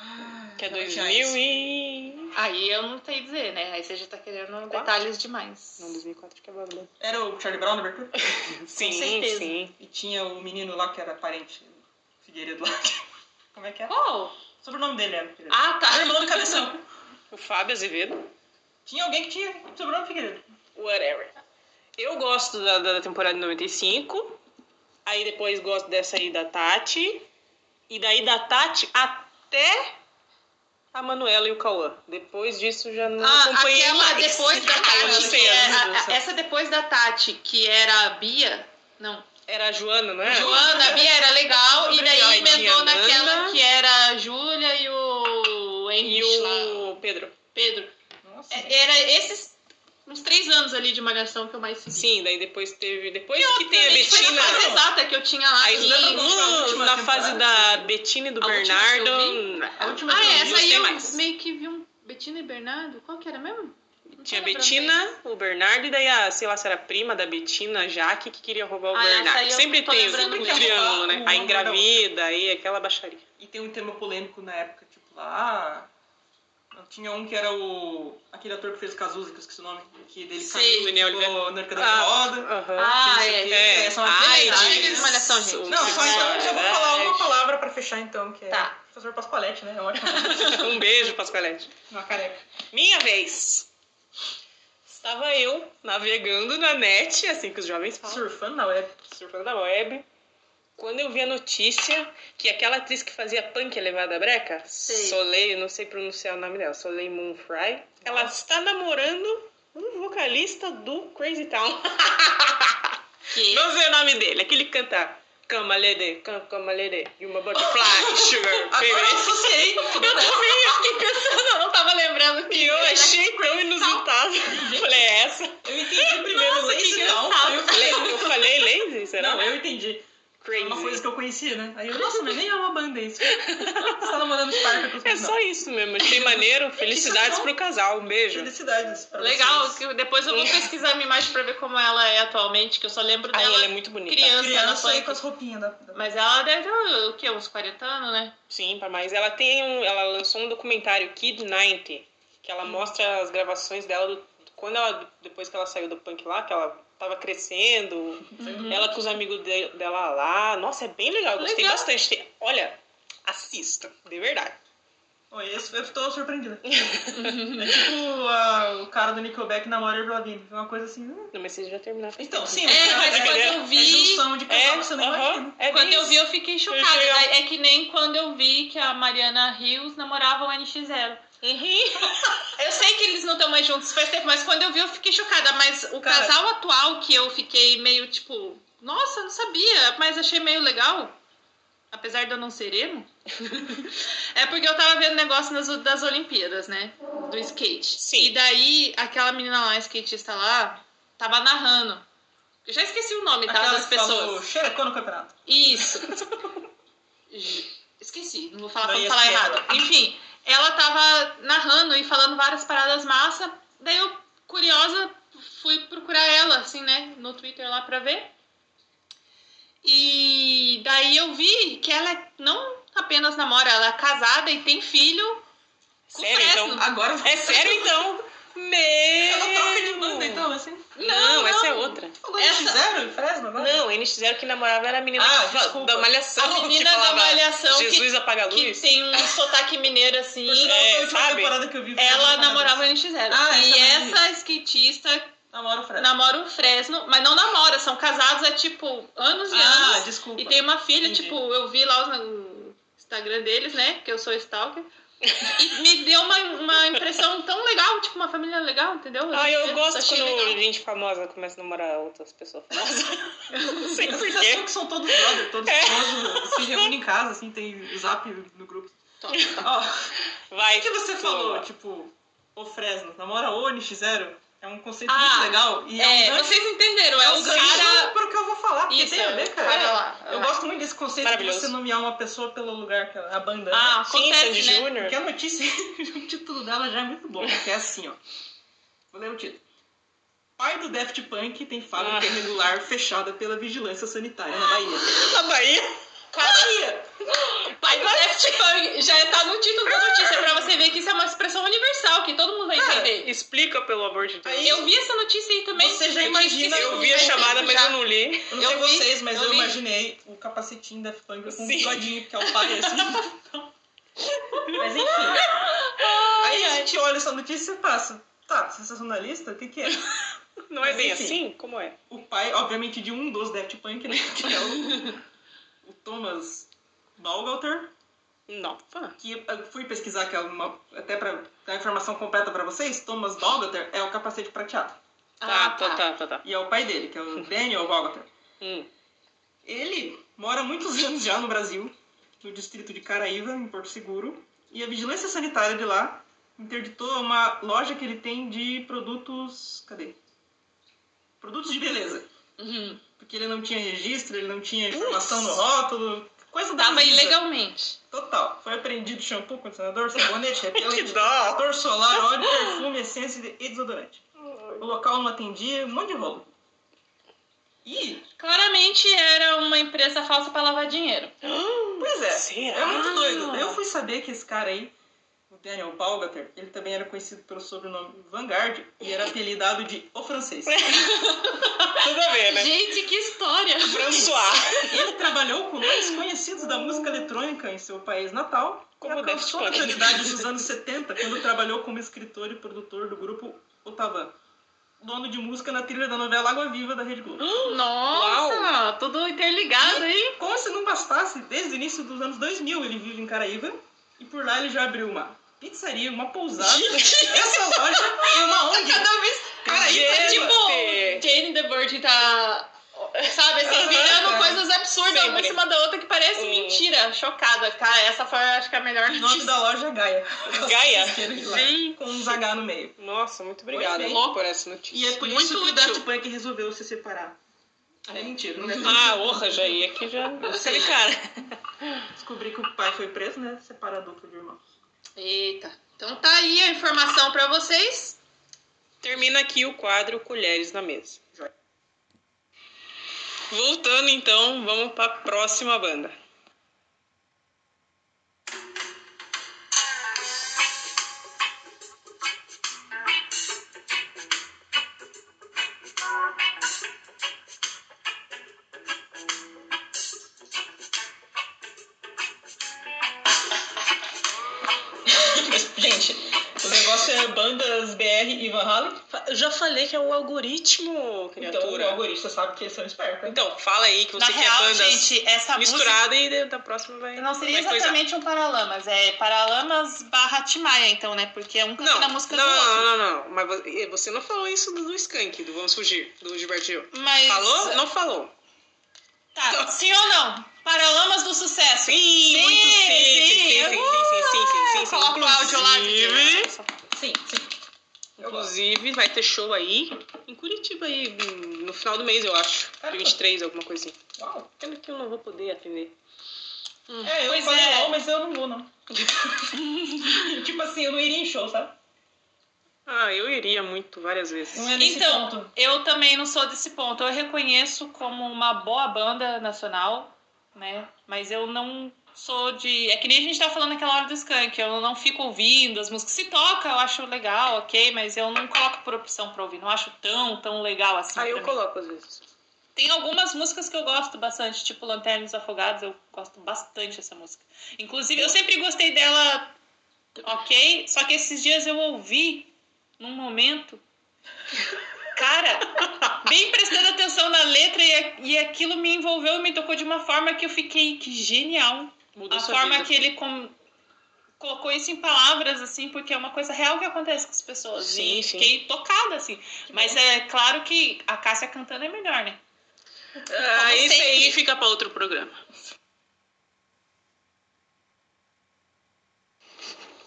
S2: Que é
S3: Não, já
S2: 2000
S3: isso.
S2: e...
S4: Aí eu não sei dizer, né? Aí você já tá querendo
S2: Quatro?
S4: detalhes demais.
S2: Não, 2004 que é bagulho.
S3: Era o Charlie Brown na abertura?
S2: Sim,
S4: certeza.
S2: sim.
S3: E tinha o menino lá que era parente do Figueiredo lá. Como é que é?
S4: Qual?
S3: O sobrenome dele era Figueiredo.
S4: Oh! Ah, tá.
S3: Irmão do Cabeção.
S2: O Fábio Azevedo.
S3: Tinha alguém que tinha sobrenome Figueiredo.
S2: Whatever. Eu gosto da, da temporada de 95. Aí depois gosto dessa aí da Tati. E daí da Tati até a Manuela e o Cauã. Depois disso já não
S4: Ah,
S2: acompanhei
S4: aquela
S2: mais. né,
S4: depois da
S2: Eu não
S4: Tati.
S2: sei,
S4: que é-
S2: eu não
S4: a- a-
S2: sei.
S4: essa depois da Tati, que era a Bia. Não.
S2: Era a Joana, não é?
S4: Joana, a Bia era legal, e
S2: Ai,
S4: daí
S2: tinha
S4: emendou naquela
S2: Nanda.
S4: que era a Júlia e o
S2: E
S4: Henrique lá,
S2: o Pedro.
S4: Pedro.
S3: Nossa.
S4: É- Era esses uns três anos ali de malhação que eu mais segui.
S2: Sim, daí depois teve. Depois que tem a
S4: Realmente Foi
S2: Betina.
S4: na fase né? exata que eu tinha lá.
S2: Aí
S4: que-
S2: lembra
S3: quando foi a
S2: no-
S3: última
S2: na fase da
S3: temporada?
S2: Betina e do
S4: A última que
S2: Bernardo.
S4: eu
S3: A última
S4: Ah,
S3: que eu
S4: é,
S3: vi,
S4: essa
S2: não
S4: aí
S2: sei
S4: eu
S2: mais.
S4: meio que vi um Betina e Bernardo. Qual que era mesmo? Não tô
S2: Tinha a
S4: lembrando
S2: Betina, o Bernardo e daí a, sei lá, se era a prima da Betina, a Jaque, que queria roubar o
S4: Ah, essa aí
S2: Bernardo.
S4: eu
S2: Sempre
S4: tô
S2: tem o
S4: lembrando que
S3: eu
S2: triângulo,
S3: roubar
S2: né?
S3: o
S2: A
S3: amor da
S2: engravida, aí aquela baixaria.
S3: E tem um tema polêmico na época, tipo lá. ah, Tinha um que era o. a aquele ator que fez o Cazuza, que eu esqueci o nome, que dele
S2: Sim,
S3: caiu
S2: Daniel
S3: e ficou na arcada
S2: Ah.
S3: da roda.
S2: Aham.
S3: não
S4: Ah,
S3: sei o
S4: é.
S3: quê.
S2: é.
S3: São as
S2: Ai,
S4: Beleza,
S3: verdades.
S4: chega de malhação, gente.
S3: Não, só então eu já vou falar uma
S2: Verdade.
S3: palavra pra fechar então, que é
S4: Tá.
S3: professor Pascoaletti, né? É ótimo.
S2: Um beijo, Pascalete.
S3: Uma careca.
S2: Minha vez. Estava eu navegando na net, assim que os jovens
S4: Tá.
S2: falam,
S3: Surfando é- na web.
S2: surfando na web, quando eu vi a notícia que aquela atriz que fazia punk elevada à breca,
S4: Sei.
S2: Soleil, não sei pronunciar o nome dela, Soleil Moonfry, ela está namorando um vocalista do Crazy Town.
S4: Que?
S2: Não sei o nome dele, aquele que canta Come a lady, come, come a lady, you my butterfly, sugar, baby.
S3: Agora eu associei.
S2: Eu também, eu fiquei
S4: Eu não tava lembrando que
S2: E eu achei tão inusitado. Falei, é essa?
S3: Eu entendi primeiro
S4: Nossa,
S3: Lazy
S4: que
S3: Town,
S4: engraçado.
S3: aí eu falei-
S2: Le- Eu falei lazy, será?
S3: Não, eu entendi. Foi Uma coisa
S2: Crazy.
S3: que eu conhecia, né? Aí eu, nossa, mas nem é uma banda isso. Você tá namorando Sparta com os
S2: É só isso mesmo. Achei maneiro. Felicidades pro casal. Um beijo.
S3: Felicidades pra
S4: Legal,
S3: vocês.
S4: que depois eu vou pesquisar a minha imagem pra ver como ela é atualmente, que eu só lembro
S2: Ai,
S4: dela
S2: ela é muito bonita.
S4: criança,
S3: Criança
S4: tá na
S3: aí
S4: punk.
S3: com as roupinhas da... da-
S4: Mas ela deve ter o quê? Uns 40 anos, né?
S2: Sim, mas ela tem um. Ela lançou um documentário, Kid 90, que ela mostra as gravações dela do- quando ela. Depois que ela saiu do punk lá, que ela tava crescendo.
S4: Uhum.
S3: Uhum.
S2: Ela com os amigos de- dela lá. Nossa, é bem legal. eu Gostei
S4: Legal.
S2: bastante. Tem- Olha, assista, de verdade.
S3: Oi, esse- eu tô surpreendida. é tipo ah, o cara do Nickelback namora a Blavine. Uma coisa assim. hum.
S2: Não, mas vocês já terminaram.
S3: Então, sim.
S4: É, mas quando
S2: brincadeira.
S4: eu
S3: É
S4: vi.
S3: junção de casal
S2: É,
S3: que você não
S2: aham,
S3: imagina.
S2: é
S4: Quando
S2: bem
S4: eu vi,
S2: isso.
S4: eu fifiquei chocada.
S2: Eu cheguei-
S4: É que nem quando eu vi que a Mariana Rios namorava o NX0.
S2: Uhum.
S4: Eu sei que eles não estão mais juntos faz tempo, mas quando eu vi, eu fiquei chocada. Mas o
S3: Cara.
S4: casal atual que eu fiquei meio tipo, nossa, não sabia, mas achei meio legal. Apesar de eu não ser emo. é porque eu tava vendo negócio nas, das Olimpíadas, né? Do skate.
S2: Sim.
S4: E daí, aquela menina lá, a skatista lá, tava narrando. Eu já esqueci o nome, tá?
S3: Aquela
S4: Das
S3: que falou,
S4: pessoas.
S3: xerecou no campeonato.
S4: Isso. J- Esqueci, não vou falar pra
S3: Daí
S4: não
S3: é
S4: falar
S3: certo.
S4: errado. Enfim, ela tava narrando e falando várias paradas massa. Daí eu, curiosa, fui procurar ela, assim, né, no Twitter lá pra ver. E daí eu vi que ela é, não apenas namora, ela é casada e tem filho. com
S2: Sério, então?
S4: Fresno.
S3: Agora
S2: É sério, então?
S4: É
S2: Meu!
S3: Ela troca de banda, então, assim.
S2: Não,
S4: Não,
S2: essa é
S4: não.
S2: outra.
S3: Agora eles fizeram em Fresno agora?
S2: Não, eles fizeram que namorava era a menina
S3: Ah,
S2: que fa-
S3: desculpa.
S2: da Malhação. tipo,
S4: A menina
S2: que
S4: da
S2: falava,
S4: Malhação Então, que-
S2: Jesus apaga a
S4: Que
S2: luz.
S4: tem um sotaque mineiro assim.
S3: Por sinal,
S2: É,
S3: foi a última
S2: sabe?
S3: temporada que eu vi. foi
S4: Ela
S3: Fresno
S4: namorava o
S3: Fresno.
S4: NX0.
S3: Ah, essa
S4: e
S3: eu não vi.
S4: essa skatista
S3: Namora o Fresno.
S4: namora o Fresno, mas não namora, são casados há tipo anos e
S3: Ah,
S4: anos.
S3: desculpa.
S4: E tem uma filha,
S3: Entendi.
S4: tipo, eu vi lá os- o Instagram deles, né? Que eu sou stalker. E me deu uma, uma impressão tão legal, tipo, uma família legal, entendeu?
S2: Ah, eu gosto
S4: achei
S2: quando
S3: é
S4: legal.
S2: gente famosa começa a namorar outras pessoas famosas. Não sei
S3: Vocês
S2: porquê.
S3: acham que são todos brother, todos
S2: É.
S3: famosos, se reúnem em casa, assim, tem zap no grupo.
S4: Top.
S3: Ó, o
S2: Vai.
S3: que, que você
S2: pô.
S3: falou? Tipo, o Fresno, namora o NX0? É um conceito
S4: Ah,
S3: muito legal. E
S4: É,
S3: é um gancho,
S4: vocês entenderam, é
S3: é um
S4: o
S3: gancho
S4: cara.
S3: pro que eu vou falar, porque
S4: Isso,
S3: tem a ver,
S4: é, cara
S3: cara.
S4: lá.
S3: Eu
S4: lá.
S3: gosto muito desse conceito de
S2: Maravilhoso.
S3: você nomear uma pessoa pelo lugar, que ela- a banda. né?
S4: Ah,
S2: Sim, Sandy
S4: acontece, né?
S2: Júnior.
S3: Porque a notícia, o título dela já é muito bom, porque é assim, ó. Vou ler o título. Pai do Daft Punk tem fábrica
S2: Ah.
S3: irregular fechada pela vigilância sanitária na Bahia.
S2: Na Bahia.
S3: Bahia!
S4: Pai do Daft Punk já tá no título da notícia pra você ver que isso é uma expressão universal, que todo mundo vai
S3: Cara,
S4: entender.
S2: Explica, pelo amor de Deus.
S3: Aí-
S4: Eu vi essa notícia aí também.
S3: Você já
S4: Eu tinha
S3: imagina,
S4: esquecido
S2: Eu vi a
S4: faz
S2: chamada,
S4: tempo
S2: mas
S4: já.
S2: eu não li.
S3: Eu não
S4: Eu
S3: sei
S4: vi,
S3: vocês, mas
S4: eu
S3: eu,
S4: vi.
S3: imaginei o capacetinho da Daft Punk com um
S2: Sim.
S3: bigodinho, que é o pai, assim. Então- mas enfim. Aí a gente olha essa notícia e passa. Tá, sensacionalista? O que que é?
S2: Não é
S3: Mas
S2: bem
S3: enfim.
S2: assim? Como é?
S3: O pai, obviamente, de um dos Daft Punk, né? Que é o, o Thomas Baugalter.
S2: Não. Ah,
S3: que eu fui pesquisar que é uma, até para dar a informação completa pra vocês, Thomas Balgater é o capacete prateado
S2: Tá,
S4: Ah,
S2: tá, tá, tá, tá.
S3: e é o pai dele, que é o Daniel Balgater.
S2: Hum.
S3: Ele mora há muitos anos já no Brasil, no distrito de Caraíva, em Porto Seguro, e a vigilância sanitária de lá interditou uma loja que ele tem de produtos, cadê? Produtos de beleza,
S4: Uhum.
S3: porque ele não tinha registro, ele não tinha informação no rótulo, coisa da
S4: Tava
S3: Anvisa.
S4: ilegalmente.
S3: Total. Foi apreendido shampoo, condicionador, sabonete, repelente,
S2: Que dó.
S3: protetor solar, óleo, perfume, essência e desodorante. O local não atendia, um monte de rolo. Ih,
S4: Claramente era uma empresa falsa pra lavar dinheiro.
S3: pois é.
S2: Será?
S3: É muito doido. Eu fui saber que esse cara aí, o Daniel Palgater, ele também era conhecido pelo sobrenome Vanguard e era apelidado de O Francês.
S2: Tudo a ver, né?
S6: Gente, que história!
S2: François.
S3: Ele trabalhou com nomes conhecidos da música eletrônica em seu país natal
S2: Como
S3: e alcançou
S2: Daft Punk.
S3: notoriedade nos anos 70 quando trabalhou como escritor e produtor do grupo Otavan, dono de música na trilha da novela Água Viva da Rede Globo.
S6: Nossa, tudo interligado, hein?
S3: Como se não bastasse, desde o início dos anos 2000 ele vive em Caraíva e por lá ele já abriu uma pizzaria, uma pousada, essa loja e uma ONG.
S6: Cada vez.
S2: um Cara,
S6: Aí tá tipo
S2: gente.
S6: Jane the Bird tá. Sabe, assim, virando coisas absurdas uma
S2: Sempre.
S6: em cima da outra que parece
S2: Hum.
S6: mentira. Chocada, cara. Essa foi, acho que, a melhor
S3: O nome
S6: notícia.
S3: da loja é Gaia.
S2: Gaia.
S3: Isqueiro
S6: É.
S3: de lá,
S6: Gente.
S3: Com uns H no meio.
S2: Nossa, muito obrigada
S3: bem.
S2: por essa notícia.
S3: E é por
S6: Muito
S3: isso que o
S6: útil.
S3: Daft Punk resolveu se separar. É mentira, não é?
S2: Ah, honra, já ia aqui já. Aquele cara.
S3: Descobri que o pai foi preso, né? Separa adulto de irmão.
S6: Eita. Então tá aí a informação pra vocês.
S2: Termina aqui o quadro Colheres na Mesa.
S3: Joia.
S2: Voltando então, vamos para a próxima banda.
S3: Gente, o negócio é bandas BR e Van Halen.
S2: Eu já falei que é o algoritmo,
S3: Então o
S2: criatura. Então,
S3: algoritmo sabe que eles são espertos.
S2: fala aí que
S4: Na
S2: você quer
S4: real,
S2: bandas
S4: gente, essa música
S2: misturada e da próxima vai.
S4: não seria
S2: vai coisar.
S4: exatamente um Paralamas, é Paralamas barra Timaia, então, né? Porque é um canta
S2: Não,
S4: na
S2: não,
S4: música do outro.
S2: não, não, não. Mas vo- você não falou isso do, do Skank, do Vamos Fugir, do Gilberto Gil.
S4: Mas.
S2: Falou? Não falou.
S4: Tá,
S2: Não.
S4: sim ou não? Paralamas do sucesso.
S2: Sim, muito sim, sim, sim, sim, sim, sim, sim, sim, sim.
S4: Coloca o áudio lá.
S2: Inclusive,
S3: Sim, sim. Eu gosto.
S2: Inclusive, vai ter show aí em Curitiba aí hum, no final do mês, eu acho. Dia 23, alguma assim. coisinha.
S3: Uau.
S2: Pena que eu não vou poder atender.
S3: É, eu
S4: Pois
S3: falei
S4: é.
S3: não, mas eu não vou, não. tipo assim, eu não iria em show, sabe?
S2: Ah, eu iria muito várias vezes.
S3: Não é nesse
S4: Então,
S3: ponto.
S4: Eu também não sou desse ponto. Eu reconheço como uma boa banda nacional, né? Mas eu não sou de. É que nem a gente tá falando naquela hora do Skank. Eu não fico ouvindo as músicas. Se toca, eu acho legal, ok, mas eu não coloco por opção pra ouvir. Não acho tão, tão legal assim.
S2: Ah, eu
S4: pra mim.
S2: coloco às vezes.
S4: Tem algumas músicas que eu gosto bastante, tipo Lanternas Afogadas, eu gosto bastante dessa música. Inclusive, eu sempre gostei dela, ok? Só que esses dias eu ouvi num momento. Cara, bem prestando atenção na letra e, a- e aquilo me envolveu e me tocou de uma forma que eu fiquei, que genial
S2: Mudou
S4: a
S2: sua
S4: forma
S2: vida.
S4: que ele com- colocou isso em palavras, assim, porque é uma coisa real que acontece com as pessoas.
S2: Sim,
S4: e
S2: sim.
S4: Fiquei tocada, assim. Mas é claro que a Cássia cantando é melhor, né?
S2: Ah,
S4: Como
S2: isso
S4: sempre.
S2: aí fica pra outro programa.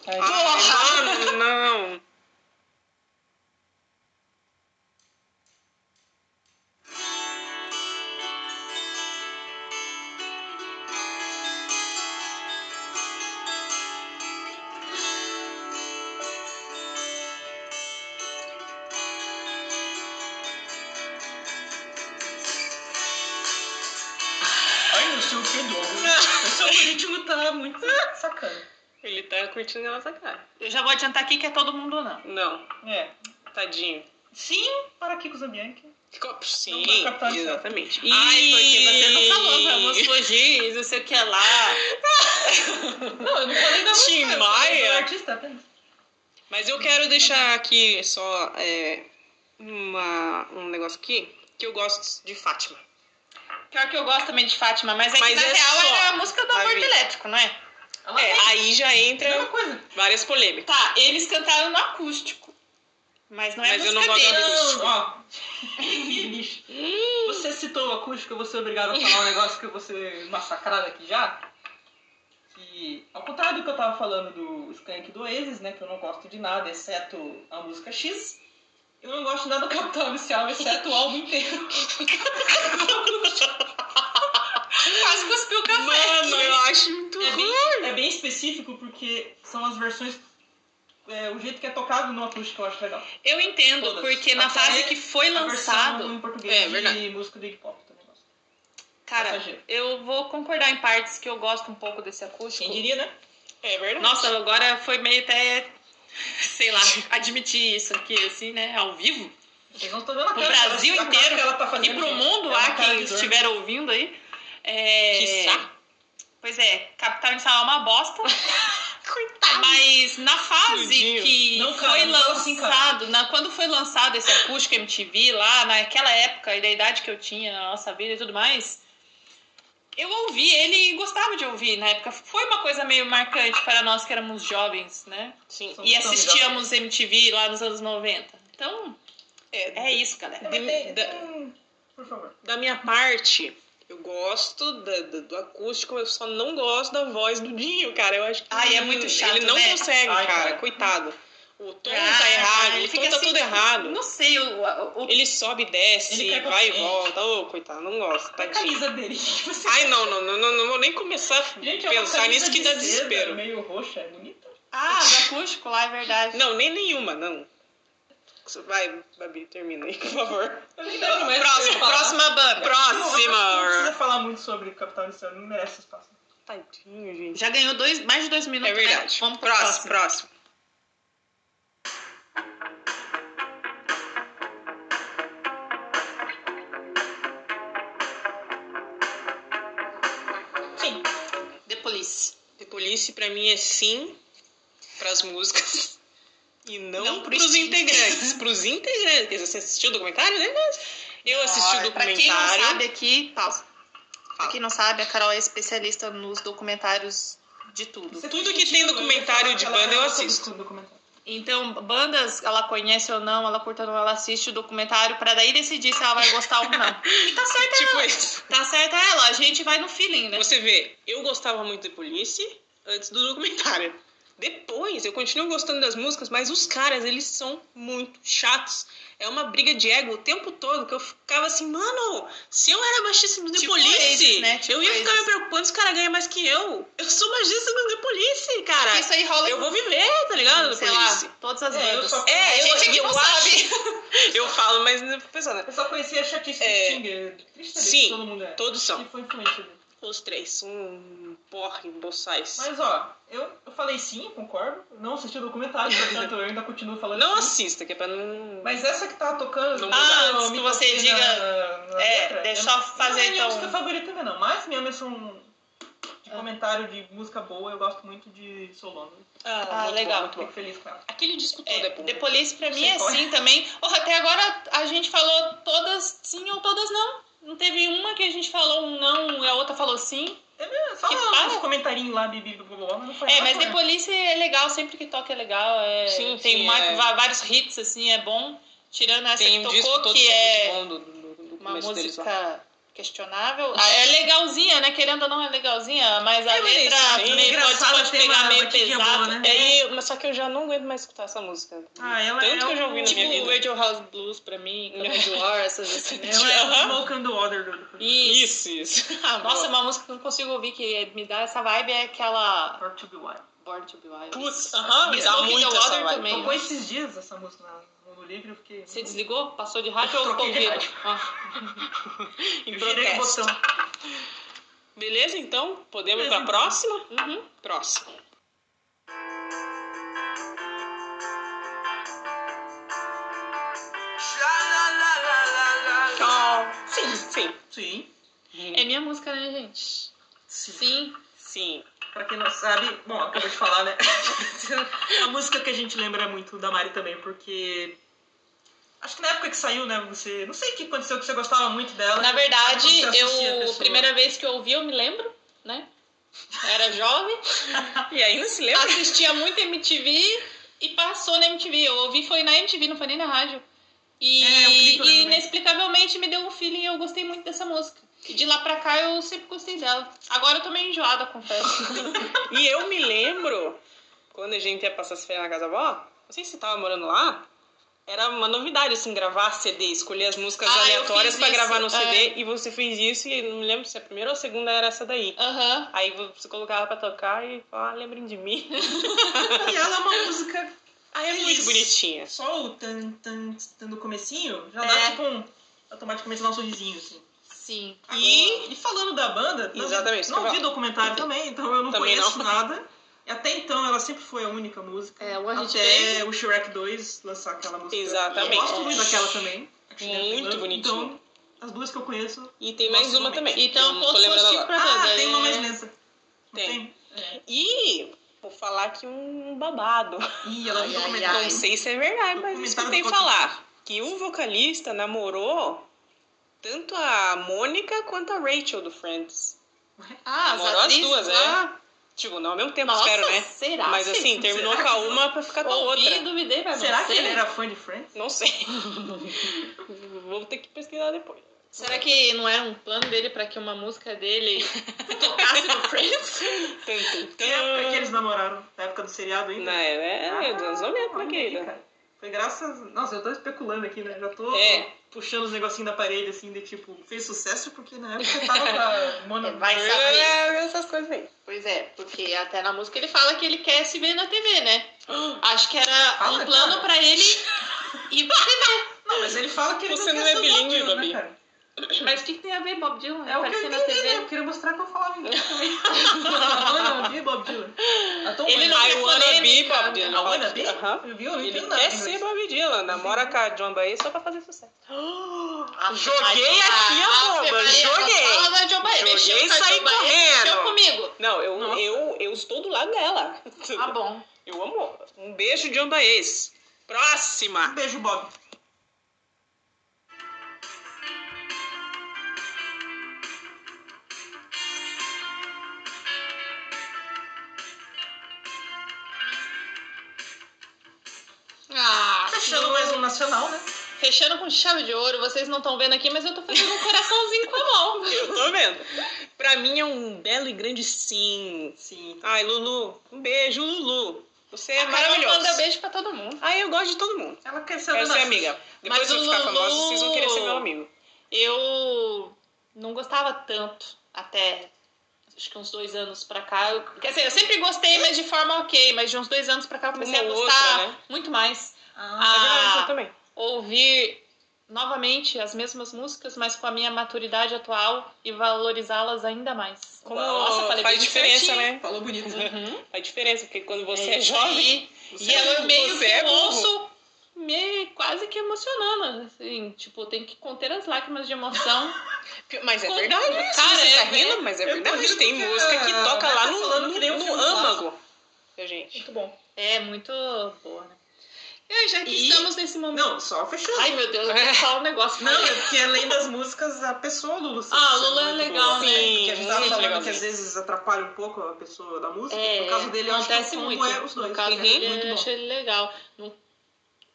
S3: Ai,
S2: Ah, mano, não.
S3: Ai, eu sei o que é novo. Esse algoritmo tá muito sacana.
S2: Ele tá curtindo ela essa cara.
S4: Eu já vou adiantar aqui que é todo mundo não.
S2: Não,
S3: É.
S2: tadinho.
S4: Sim!
S3: Para Kiko Zambianchi.
S2: Ficou sim,
S3: Não, capitão,
S2: exatamente.
S4: Ai, porque você não falou, vamos
S2: Ih,
S4: fugir, não sei o que lá.
S3: Não, eu não falei da música.
S2: Tim
S3: eu falei
S2: Maia?
S3: do artista apenas.
S2: Mas eu quero deixar aqui só é, uma, um negócio aqui que eu gosto de Fátima.
S4: Pior que eu gosto também de Fátima, mas é
S2: Mas
S4: que na
S2: é
S4: real
S2: só
S4: era a música do
S2: a
S4: aborto
S2: vida.
S4: elétrico, não é?
S3: Ela
S2: É,
S3: é,
S2: aí já
S3: a
S2: entra
S3: mesma coisa.
S2: várias polêmicas.
S4: Tá, eles cantaram no acústico. Mas não é
S2: Mas eu
S4: música
S2: não gosto do
S4: deles.
S2: acústico.
S3: Ó. Bicho, você citou o acústico, eu vou ser obrigado a falar um negócio que eu vou ser massacrado aqui já. Que, ao contrário do que eu tava falando do Skank do Oasis, né? Que eu não gosto de nada, exceto a música X. Eu não gosto de nada do Capital Inicial, exceto o álbum inteiro.
S4: Quase cuspiu o café.
S2: Mano, eu acho muito
S3: É
S2: ruim.
S3: bem, é bem específico porque são as versões. é, o jeito que é tocado no acústico eu acho legal.
S4: Eu entendo,
S3: Todas.
S4: porque na
S3: Até
S4: fase que foi
S3: A versão
S4: lançado,
S3: em português
S2: É, verdade.
S3: de música do hip hop também gosto.
S4: cara,
S3: passageiro.
S4: tá eu vou concordar em partes que eu gosto um pouco desse
S3: Quem
S4: acústico.
S3: diria, né?
S2: É verdade.
S4: Nossa, agora foi meio até, sei lá, admitir isso aqui, assim, né? Ao vivo.
S3: Vocês não estão dando a
S4: Pro
S3: cara que ela-
S4: Brasil
S3: a cara
S4: inteiro
S3: que ela tá
S4: E
S3: fazendo,
S4: pro
S3: gente.
S4: mundo
S3: É uma
S4: lá,
S3: cara
S4: quem
S3: de dor.
S4: estiver ouvindo aí. É...
S2: Quiçá.
S4: Pois é, Capital Inicial é uma bosta. Coitado. Mas na fase
S2: Explodiu.
S4: que
S3: Não, cara,
S4: foi
S3: não fala assim, cara.
S4: lançado, na, quando foi lançado esse acústico MTV lá, naquela época e da idade que eu tinha, na nossa vida e tudo mais, eu ouvi ele e gostava de ouvir na época. Foi uma coisa meio marcante para nós que éramos jovens, né?
S2: Sim.
S3: Somos
S4: E
S3: tão
S4: assistíamos MTV lá nos anos 90. Então,
S2: É,
S4: é isso, galera.
S3: jovens.
S2: de- da-
S3: Hum, Por favor.
S2: da minha parte, eu gosto da- da- do acústico, eu só não gosto da voz do Dinho, cara. Eu acho que
S4: Ai, é
S2: ele-
S4: muito chato,
S2: Ele não
S4: né?
S2: consegue,
S3: Ai,
S2: cara,
S3: cara.
S2: coitado. O tom
S4: Ah,
S2: tá errado, o
S4: ele
S2: tom
S4: fica
S2: tá
S4: assim,
S2: tudo errado.
S4: Não sei, o, o, o-
S2: Ele sobe e desce,
S3: Ele cai pra
S2: vai e
S3: frente.
S2: volta. Ô, coitado, não gosto,
S3: A
S2: tadinho.
S3: camisa dele. Você...
S2: Ai, não, não, não, não, não vou nem começar a
S3: Gente, é uma
S2: pensar
S3: camisa
S2: nisso que
S3: de
S2: dá
S3: seda,
S2: desespero.
S3: meio roxa, é bonita.
S4: Ah, do acústico lá, é verdade.
S2: Não, nem nenhuma, não. Vai, Babi, termina aí, por favor.
S3: Eu nem lembro mais o que
S4: Próximo,
S3: eu ia falar.
S4: próxima banda.
S3: Não, não precisa
S2: Próxima!
S3: falar muito sobre Capital Inicial, não merece espaço.
S2: Tadinho, gente.
S4: Já ganhou dois, mais de dois
S2: É
S4: minutos.
S2: verdade.
S4: Né? Vamos pro
S2: próximo,
S4: próximo.
S2: próximo.
S3: Sim.
S4: The Police.
S2: The Police pra mim é sim pras músicas e não,
S4: Não pro
S2: pros
S4: estilo.
S2: integrantes. Pros integrantes. Quer dizer, Você assistiu o documentário, né? Mas Eu assisti o
S4: Pra quem não
S2: documentário.
S4: sabe aqui, pausa. Pra
S2: Fala.
S4: quem não sabe, a Carol é especialista nos documentários de tudo.
S3: Você
S2: Tudo
S3: fez
S2: que tem
S3: sentido,
S2: documentário
S3: eu ia
S2: de
S3: falar que
S2: banda, eu
S3: ela gosta
S2: assisto.
S3: do documentário.
S4: Então, bandas, ela conhece ou não, ela curta ou não, ela assiste o documentário pra daí decidir se ela vai gostar ou não. E tá certa
S2: Tipo
S4: ela.
S2: isso.
S4: Tá certa ela, a gente vai no feeling, né?
S2: Você vê, eu gostava muito de Police antes do documentário. Depois, eu continuo gostando das músicas, mas os caras, eles são muito chatos. É uma briga de ego o tempo todo, que eu ficava assim, mano, se eu era baixista do The
S4: Tipo
S2: Police,
S4: Oasis, né? Tipo
S2: eu ia ficar me
S4: Oasis.
S2: preocupando se o cara ganha mais que eu. Eu sou baixista do The Police, cara.
S4: Isso aí rola
S2: Eu
S4: em-
S2: vou viver, tá ligado? The
S4: sei
S2: Police.
S4: lá, todas as
S3: É, eu
S4: bandas.
S3: só-
S4: É,
S2: eu-
S4: gente aqui
S2: eu
S4: não
S2: acho-
S4: sabe.
S2: Eu falo, mas não pensando, né?
S3: Eu só conhecia a chatice do
S2: É.
S3: Stinger. Triste saber
S2: Sim,
S3: que todo mundo é.
S2: todos são.
S3: E foi influente dele.
S2: Os três são um porre, boçais.
S3: Mas ó, eu, eu falei sim, concordo. Não assisti o documentário, portanto eu ainda continuo falando
S2: Não
S3: sim.
S2: assista, que é pra não...
S3: Mas essa que tá tocando.
S2: Não
S4: Ah,
S3: eu
S4: antes
S3: me
S4: que você
S3: toquei
S4: diga-
S3: na- na
S4: É,
S3: letra.
S4: deixa
S3: Eu-
S4: eu fazer,
S3: Não é minha
S4: então.
S3: música favorita ainda não, mas minha menção de
S4: Ah.
S3: comentário de música boa, eu gosto muito de Solano.
S4: Ah,
S2: muito
S4: legal.
S2: bom, muito bom.
S3: Fico feliz com ela.
S2: Aquele disco todo é,
S4: É,
S2: bom.
S4: The Police pra mim
S3: Sei
S4: é
S3: qual é.
S4: sim também. Porra, até agora a gente falou todas sim ou todas não. Não teve uma que a gente falou um não e a outra falou sim.
S3: É, Só
S4: Que
S3: um
S4: para.
S3: comentarinho lá, Bibi do Google, mas não foi
S4: É,
S3: nada
S4: mas
S3: com
S4: The
S3: ela.
S4: Police é legal, sempre que toca é legal. é-
S2: Sim,
S4: tem
S2: sim,
S4: uma-
S2: é.
S4: va- vários hits, assim, é bom. Tirando essa
S2: Tem um
S4: que
S2: disco
S4: tocou,
S2: todo
S4: que
S2: que
S4: é
S2: é muito bom do, do, do
S4: uma
S2: começo deles lá.
S4: música questionável. Ah, é legalzinha, né? Querendo ou não é legalzinha, mas a
S2: É, mas isso,
S4: letra
S2: é
S4: meio pode,
S3: engraçado
S4: pode
S3: ter
S4: pegar
S3: uma
S4: meio
S3: batidinha
S4: pesado.
S3: boa, né?
S2: E aí, mas só que eu já não aguento mais escutar essa música.
S3: Ah, ela
S2: Tanto
S3: é
S2: que eu já ouvi
S3: um-
S2: na minha
S4: Tipo
S2: vida.
S4: Radio House Blues pra mim, Cotton War, essas assim. né?
S3: Ela é o
S2: Aham.
S3: Smoke and the Water do The Police.
S4: E,
S2: Isso, isso. Ah,
S4: nossa,
S2: boa.
S4: uma música que eu não consigo ouvir, que me dá essa vibe, é aquela
S3: Or to be wild.
S4: Born to Be Wild.
S2: Putz, aham,
S4: Me
S2: me
S4: dá
S2: dá
S4: Smoke in
S2: muito
S4: the
S2: essa
S4: Water
S2: vibe.
S4: também.
S3: Tocou esses dias essa música na- no livro, eu fiquei.
S4: Você desligou? Passou de rádio ou
S3: Troquei de
S4: ouvido?
S3: rádio.
S4: Ah.
S2: em
S3: Eu girei o
S2: protesto.
S3: botão.
S2: Beleza, então? Podemos ir pra
S3: Beleza, então.
S2: próxima?
S4: Uhum.
S2: Próxima.
S5: Sha-la-la-la-la-la.
S2: Sim, sim.
S3: Sim.
S4: É minha música, né, gente? Sim.
S2: Sim.
S3: Pra quem não sabe, bom, acabou de falar, né? a música que a gente lembra muito da Mari também, porque. Acho que na época que saiu, né? Você. Não sei o que aconteceu, que você gostava muito dela.
S4: Na verdade,
S3: Você associa a
S4: eu.
S3: pessoa.
S4: Primeira vez que eu ouvi, eu me lembro, né? Era jovem,
S2: E um ainda se lembra?
S4: assistia muito MTV e passou na MTV. Eu ouvi, foi na MTV, não foi nem na rádio. E,
S3: É, o clipe eu lembro
S4: e
S3: bem.
S4: inexplicavelmente me deu um feeling e eu gostei muito dessa música. E de lá pra cá eu sempre gostei dela. Agora eu tô meio enjoada, confesso.
S2: E eu me lembro, quando a gente ia passar as férias na casa da avó, não sei se você tava morando lá, era uma novidade, assim, gravar CD, escolher as músicas
S4: Ah, eu
S2: aleatórias
S4: fiz
S2: pra gravar no
S4: isso,
S2: CD, e você fez isso, e não me lembro se a primeira ou a segunda era essa daí.
S4: Aham.
S2: Aí você colocava pra tocar e falava, ah, lembrem de mim.
S3: E ela é uma música.
S2: Aí é muito
S3: Isso.
S2: bonitinha.
S3: Só o tan tan tan do comecinho já dá
S4: É.
S3: tipo um. Automaticamente dá um sorrisinho, assim.
S4: Sim.
S3: E, e falando da banda, não-
S2: Exatamente,
S3: não
S2: que eu
S3: vi documentário também, então eu não
S2: Também
S3: conheço nada. Até então, ela sempre foi a única música.
S4: É, o a gente veio.
S3: Até o Shrek 2 lançar aquela música.
S2: Exatamente.
S3: Eu gosto muito daquela também.
S2: Muito bonitinho.
S3: Então, as duas que eu conheço.
S2: E tem mais
S3: Nossa,
S2: uma também. que eu
S4: Então,
S2: não tô
S4: todos
S2: lembrando
S4: positivos
S2: agora.
S4: pra todas.
S3: Ah, tem uma
S4: né?
S3: mais lenta. Não
S2: Tem.
S3: É.
S2: E vou falar aqui um babado.
S3: Ih, ela
S4: Ai,
S3: viu
S4: ai,
S3: comentário.
S2: Não sei se é verdade, mas
S3: Documentário
S2: escutei
S3: ficou
S2: falar que o vocalista namorou tanto a Mônica quanto a Rachel do Friends.
S4: Ah, as
S2: Namorou as
S4: atrizes
S2: duas,
S4: lá.
S2: Tipo, não ao mesmo tempo,
S4: Nossa,
S2: espero, né?
S4: será?
S2: Mas assim, terminou com a uma pra ficar com a
S4: outra.
S2: outra.
S4: duvidei, mas
S3: Será
S4: não
S3: que
S4: sei.
S3: ele era fã de Friends?
S2: Não sei. Vou ter que pesquisar depois.
S4: Será que não era um plano dele pra que uma música dele tocasse no Friends?
S2: Tanto,
S3: Que época que eles namoraram? Na época do seriado ainda?
S2: Na
S4: Ah,
S2: é, é, dos anos 90, né,
S3: Olha aí,
S2: querida?
S3: cara. Foi graças. Nossa, eu tô especulando aqui, né? Já tô
S2: É.
S3: puxando os negocinhos da parede, assim, de tipo, fez sucesso porque na época tava com a Mona.
S4: Vai saber.
S2: essas coisas aí.
S4: Pois é, porque até na música ele fala que ele quer se ver na TV, né? Acho que era
S3: Fala,
S4: um plano
S3: cara.
S4: pra ele ir pra TV.
S3: Não, mas ele fala que ele
S2: Você
S3: não,
S2: não
S3: quer
S2: é
S3: ser o
S2: bilíngue,
S3: Bob Dylan,
S2: Babi.
S3: Né, cara?
S4: Mas o que, que tem a ver Bob Dylan?
S3: É o que eu
S4: Aparecer na
S3: entendi, né?
S4: TV?
S3: Eu queria mostrar que eu falava inglês também. Mona, B, Bob Dylan. A Tom
S4: Ele
S3: Hanks.
S4: não
S2: I
S4: é
S2: wanna be
S4: polêmica,
S2: Bob Dylan.
S3: A Wanna B?
S2: Aham.
S3: Eu vi, eu não
S2: Ele
S3: entendi nada.
S2: quer
S3: em
S2: ser
S3: inglês.
S2: Bob Dylan, namora com a John Baez só pra fazer sucesso.
S4: Ah,
S2: Joguei
S4: vai tomar.
S2: aqui a
S4: Ah,
S2: bomba,
S4: Maria,
S2: joguei.
S4: só fala da Joe Baez.
S2: Joguei
S4: Mexeu
S2: e
S4: com a
S2: saí
S4: Joe Baez,
S2: correndo.
S4: Mexeu comigo.
S2: Não, eu,
S3: Nossa.
S2: eu, eu estou do lado dela.
S4: Tá bom.
S2: Eu amo. Um beijo, John Baez.
S3: Um
S2: Próxima!
S3: beijo, Bob.
S4: Ah,
S3: Fechando mais um nacional, né?
S4: Fechando com chave de ouro, vocês não estão vendo aqui, mas eu tô fazendo um coraçãozinho com a mão.
S2: Eu tô vendo. Pra mim é um belo e grande sim.
S3: Sim. então.
S2: Ai, Lulu. Um beijo, Lulu. Você é
S4: A Carol manda
S2: maravilhosa.
S4: beijo pra todo mundo.
S2: Ai, eu gosto de todo mundo.
S3: Ela quer ser
S2: Quero
S3: do
S2: ser
S3: Nath.
S2: amiga. Depois
S4: Mas
S2: que eu
S4: o
S2: ficar
S4: Lulu-
S2: famosa, vocês vão querer ser meu amigo.
S4: Eu não gostava tanto até acho que uns dois anos pra cá. Eu, quer dizer, eu sempre gostei, mas de forma ok. Mas de uns dois anos pra cá eu comecei
S2: Uma
S4: a
S2: ou
S4: gostar
S2: outra, né?
S4: muito mais.
S3: Ah,
S2: É verdade, eu
S4: a
S2: também.
S4: ouvir novamente as mesmas músicas, mas com a minha maturidade atual e valorizá-las ainda mais.
S2: Como
S4: Nossa, falei
S2: faz
S4: bem
S2: diferença,
S4: certinho.
S2: né?
S3: falou bonito.
S4: Uhum.
S2: Faz diferença, porque quando você é,
S4: isso
S2: jovem.
S4: aí. E eu
S2: é-
S4: meio
S2: você
S4: que
S2: é burro.
S4: ouço, meio quase que emocionando, assim, tipo, tem que conter as lágrimas de emoção.
S2: Mas é
S4: Com-
S2: verdade. isso,
S4: Cara,
S2: você
S4: é,
S2: tá
S4: né?
S2: rindo, mas é
S3: Eu tô
S2: verdade.
S3: rindo
S2: Tem
S3: porque
S2: música que
S3: a
S2: toca
S3: Beth
S2: lá
S3: tá
S2: no,
S3: falando
S2: no,
S3: que nem um
S2: no
S3: filme
S2: âmago. da Gente.
S3: Muito bom.
S4: É muito boa, né? E já que
S3: E-
S4: estamos nesse momento.
S3: Não, só fechando.
S4: Ai, meu Deus, eu vou falar um negócio.
S3: Não, é porque além das músicas, a pessoa, Lulu. você-
S4: Ah,
S3: você
S4: Lulu é
S3: muito
S4: legal,
S2: Então,
S3: boa.
S4: né?
S3: Porque a gente tava
S2: muito
S3: falando
S2: legal
S3: assim, que às
S2: mesmo.
S3: vezes é atrapalha um pouco a pessoa da música.
S4: É,
S3: no caso dele, eu acho
S4: acontece
S3: que o combo
S4: muito.
S3: é os dois.
S4: No caso
S3: Uhum.
S4: dele,
S3: muito
S4: eu
S3: bom.
S4: acho ele legal. Não,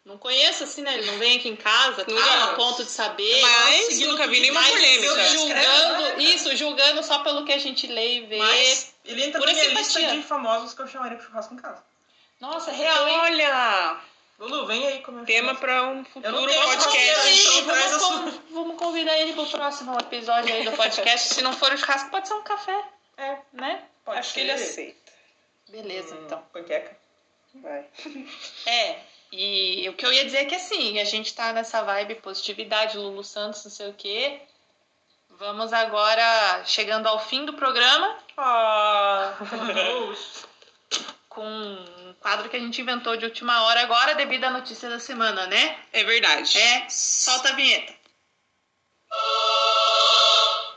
S4: não conheço assim, né? Ele não vem aqui em casa,
S2: Não
S4: tá
S3: dá.
S4: a ponto de saber.
S2: Mas
S3: seguindo
S2: nunca vi
S3: tudo
S2: nenhuma
S3: demais,
S2: polêmica.
S3: eu vejo-
S4: julgando,
S3: Escreve, né?
S4: isso, julgando só pelo que a gente lê e vê.
S3: Mas ele entra na
S4: Pura
S3: minha lista
S4: simpatia.
S3: de famosos que eu chamaria pro churrasco em casa.
S4: Nossa, real, hein?
S2: Olha!
S3: Lulu, vem aí comer um
S2: Tema
S3: churrasco.
S2: pra um
S3: Eu não
S2: futuro
S3: tenho
S2: podcast.
S3: roteiro. então
S4: Vamos
S3: traz a sua.
S4: con- Vamos convidar ele pro próximo episódio aí do podcast. Se não for o churrasco, pode ser um café,
S3: É,
S4: né?
S3: pode
S2: Acho
S3: ser.
S2: que ele aceita.
S4: Beleza,
S3: Hum,
S4: então.
S3: Panqueca.
S2: Vai.
S4: É, e o que eu ia dizer é que assim, a gente tá nessa vibe positividade, Lulu Santos, não sei o quê. Vamos agora chegando ao fim do programa
S2: Ah,
S4: com um quadro que a gente inventou de última hora agora, devido à notícia da semana, né?
S2: É verdade.
S4: É, solta a vinheta.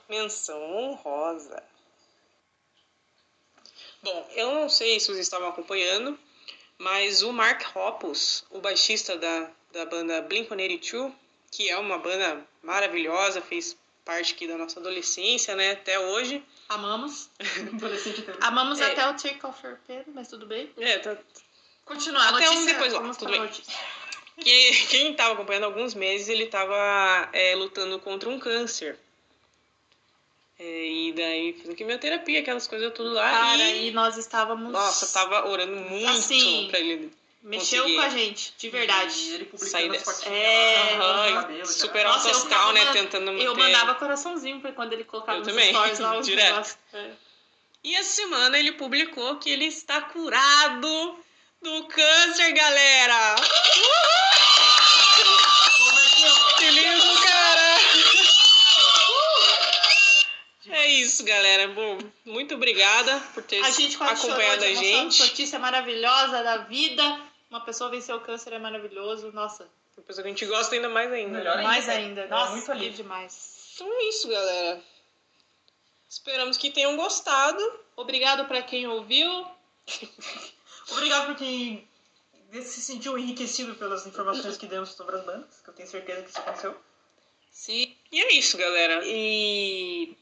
S2: Menção honrosa. Bom, eu não sei se vocês estavam acompanhando, mas o Mark Hoppus, o baixista da, da banda Blink-182, que é uma banda maravilhosa, fez parte aqui da nossa adolescência, né, até hoje.
S4: Amamos.
S3: Adolescente também.
S4: Amamos
S2: É.
S4: até o Circle for Pedro, mas tudo bem.
S2: É, tá-
S4: Continuar.
S2: Até um
S4: notícia,
S2: depois lá,
S4: vamos
S2: tudo
S4: pra
S2: bem.
S4: notícia.
S2: que, quem estava acompanhando há alguns meses, ele estava lutando contra um câncer. É, e daí fazendo quimioterapia, aquelas coisas tudo lá.
S4: Cara,
S2: e,
S4: e... nós estávamos.
S2: nossa, eu tava orando muito
S4: Assim,
S2: pra ele
S4: Mexeu
S2: consegui.
S4: com a gente, de
S3: E
S4: verdade.
S3: ele
S2: Saí
S3: publicando as
S2: dessa.
S3: fotinhas.
S4: É,
S3: lá, arrancando o
S2: Aham,
S3: cabelo,
S2: super
S3: caralho.
S2: alto
S4: Nossa, eu
S2: astral, né?
S4: ficava-
S2: Tentando manter.
S4: Eu mandava coraçãozinho pra quando ele colocava
S2: Eu
S4: nos
S2: também,
S4: stories lá os
S2: direto.
S4: negócios. É.
S2: E essa semana ele publicou que ele está curado do câncer, galera! Que lindo, cara! É isso, isso, galera. Bom, muito obrigada por ter
S4: A gente quase
S2: acompanhado
S4: chorou
S2: a
S4: de emoção.
S2: gente.
S4: Notícia maravilhosa da vida. Uma pessoa venceu o câncer é maravilhoso. Nossa,
S2: Uma pessoa que a gente gosta ainda mais ainda.
S3: Melhor ainda.
S4: mais ainda.
S3: É
S4: Nossa,
S3: muito alívio.
S4: lindo demais.
S2: Então é isso, galera. Esperamos que tenham gostado.
S4: Obrigado pra quem ouviu.
S3: Obrigado por quem se sentiu enriquecido pelas informações que demos sobre as bandas, que eu tenho certeza que isso aconteceu.
S7: Sim.
S2: E é isso, galera.
S7: E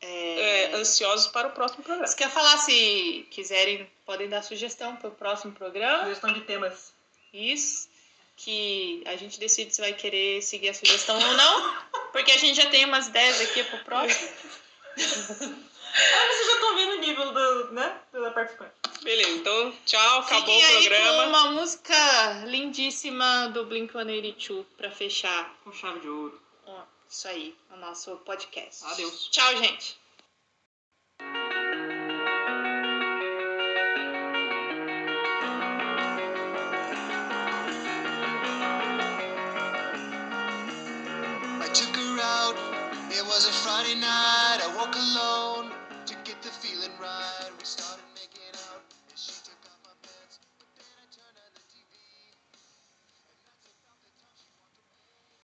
S2: É, ansiosos para o próximo programa.
S4: Se quer falar, se quiserem, podem dar sugestão pro próximo programa.
S3: Sugestão de temas.
S4: Isso. Que a gente decide se vai querer seguir a sugestão ou não. Porque a gente já tem umas ideias aqui pro próximo.
S3: Ah, vocês já estão vendo o nível do, né, da participante.
S2: Beleza, então tchau, acabou
S4: Fiquem
S2: o
S4: aí com
S2: programa.
S4: uma música lindíssima do Blink-182 pra fechar
S3: Com chave de ouro.
S4: Ó, isso aí, o nosso podcast.
S3: Adeus.
S4: Tchau, gente.
S5: I took her out. It was a Friday night. I walk alone.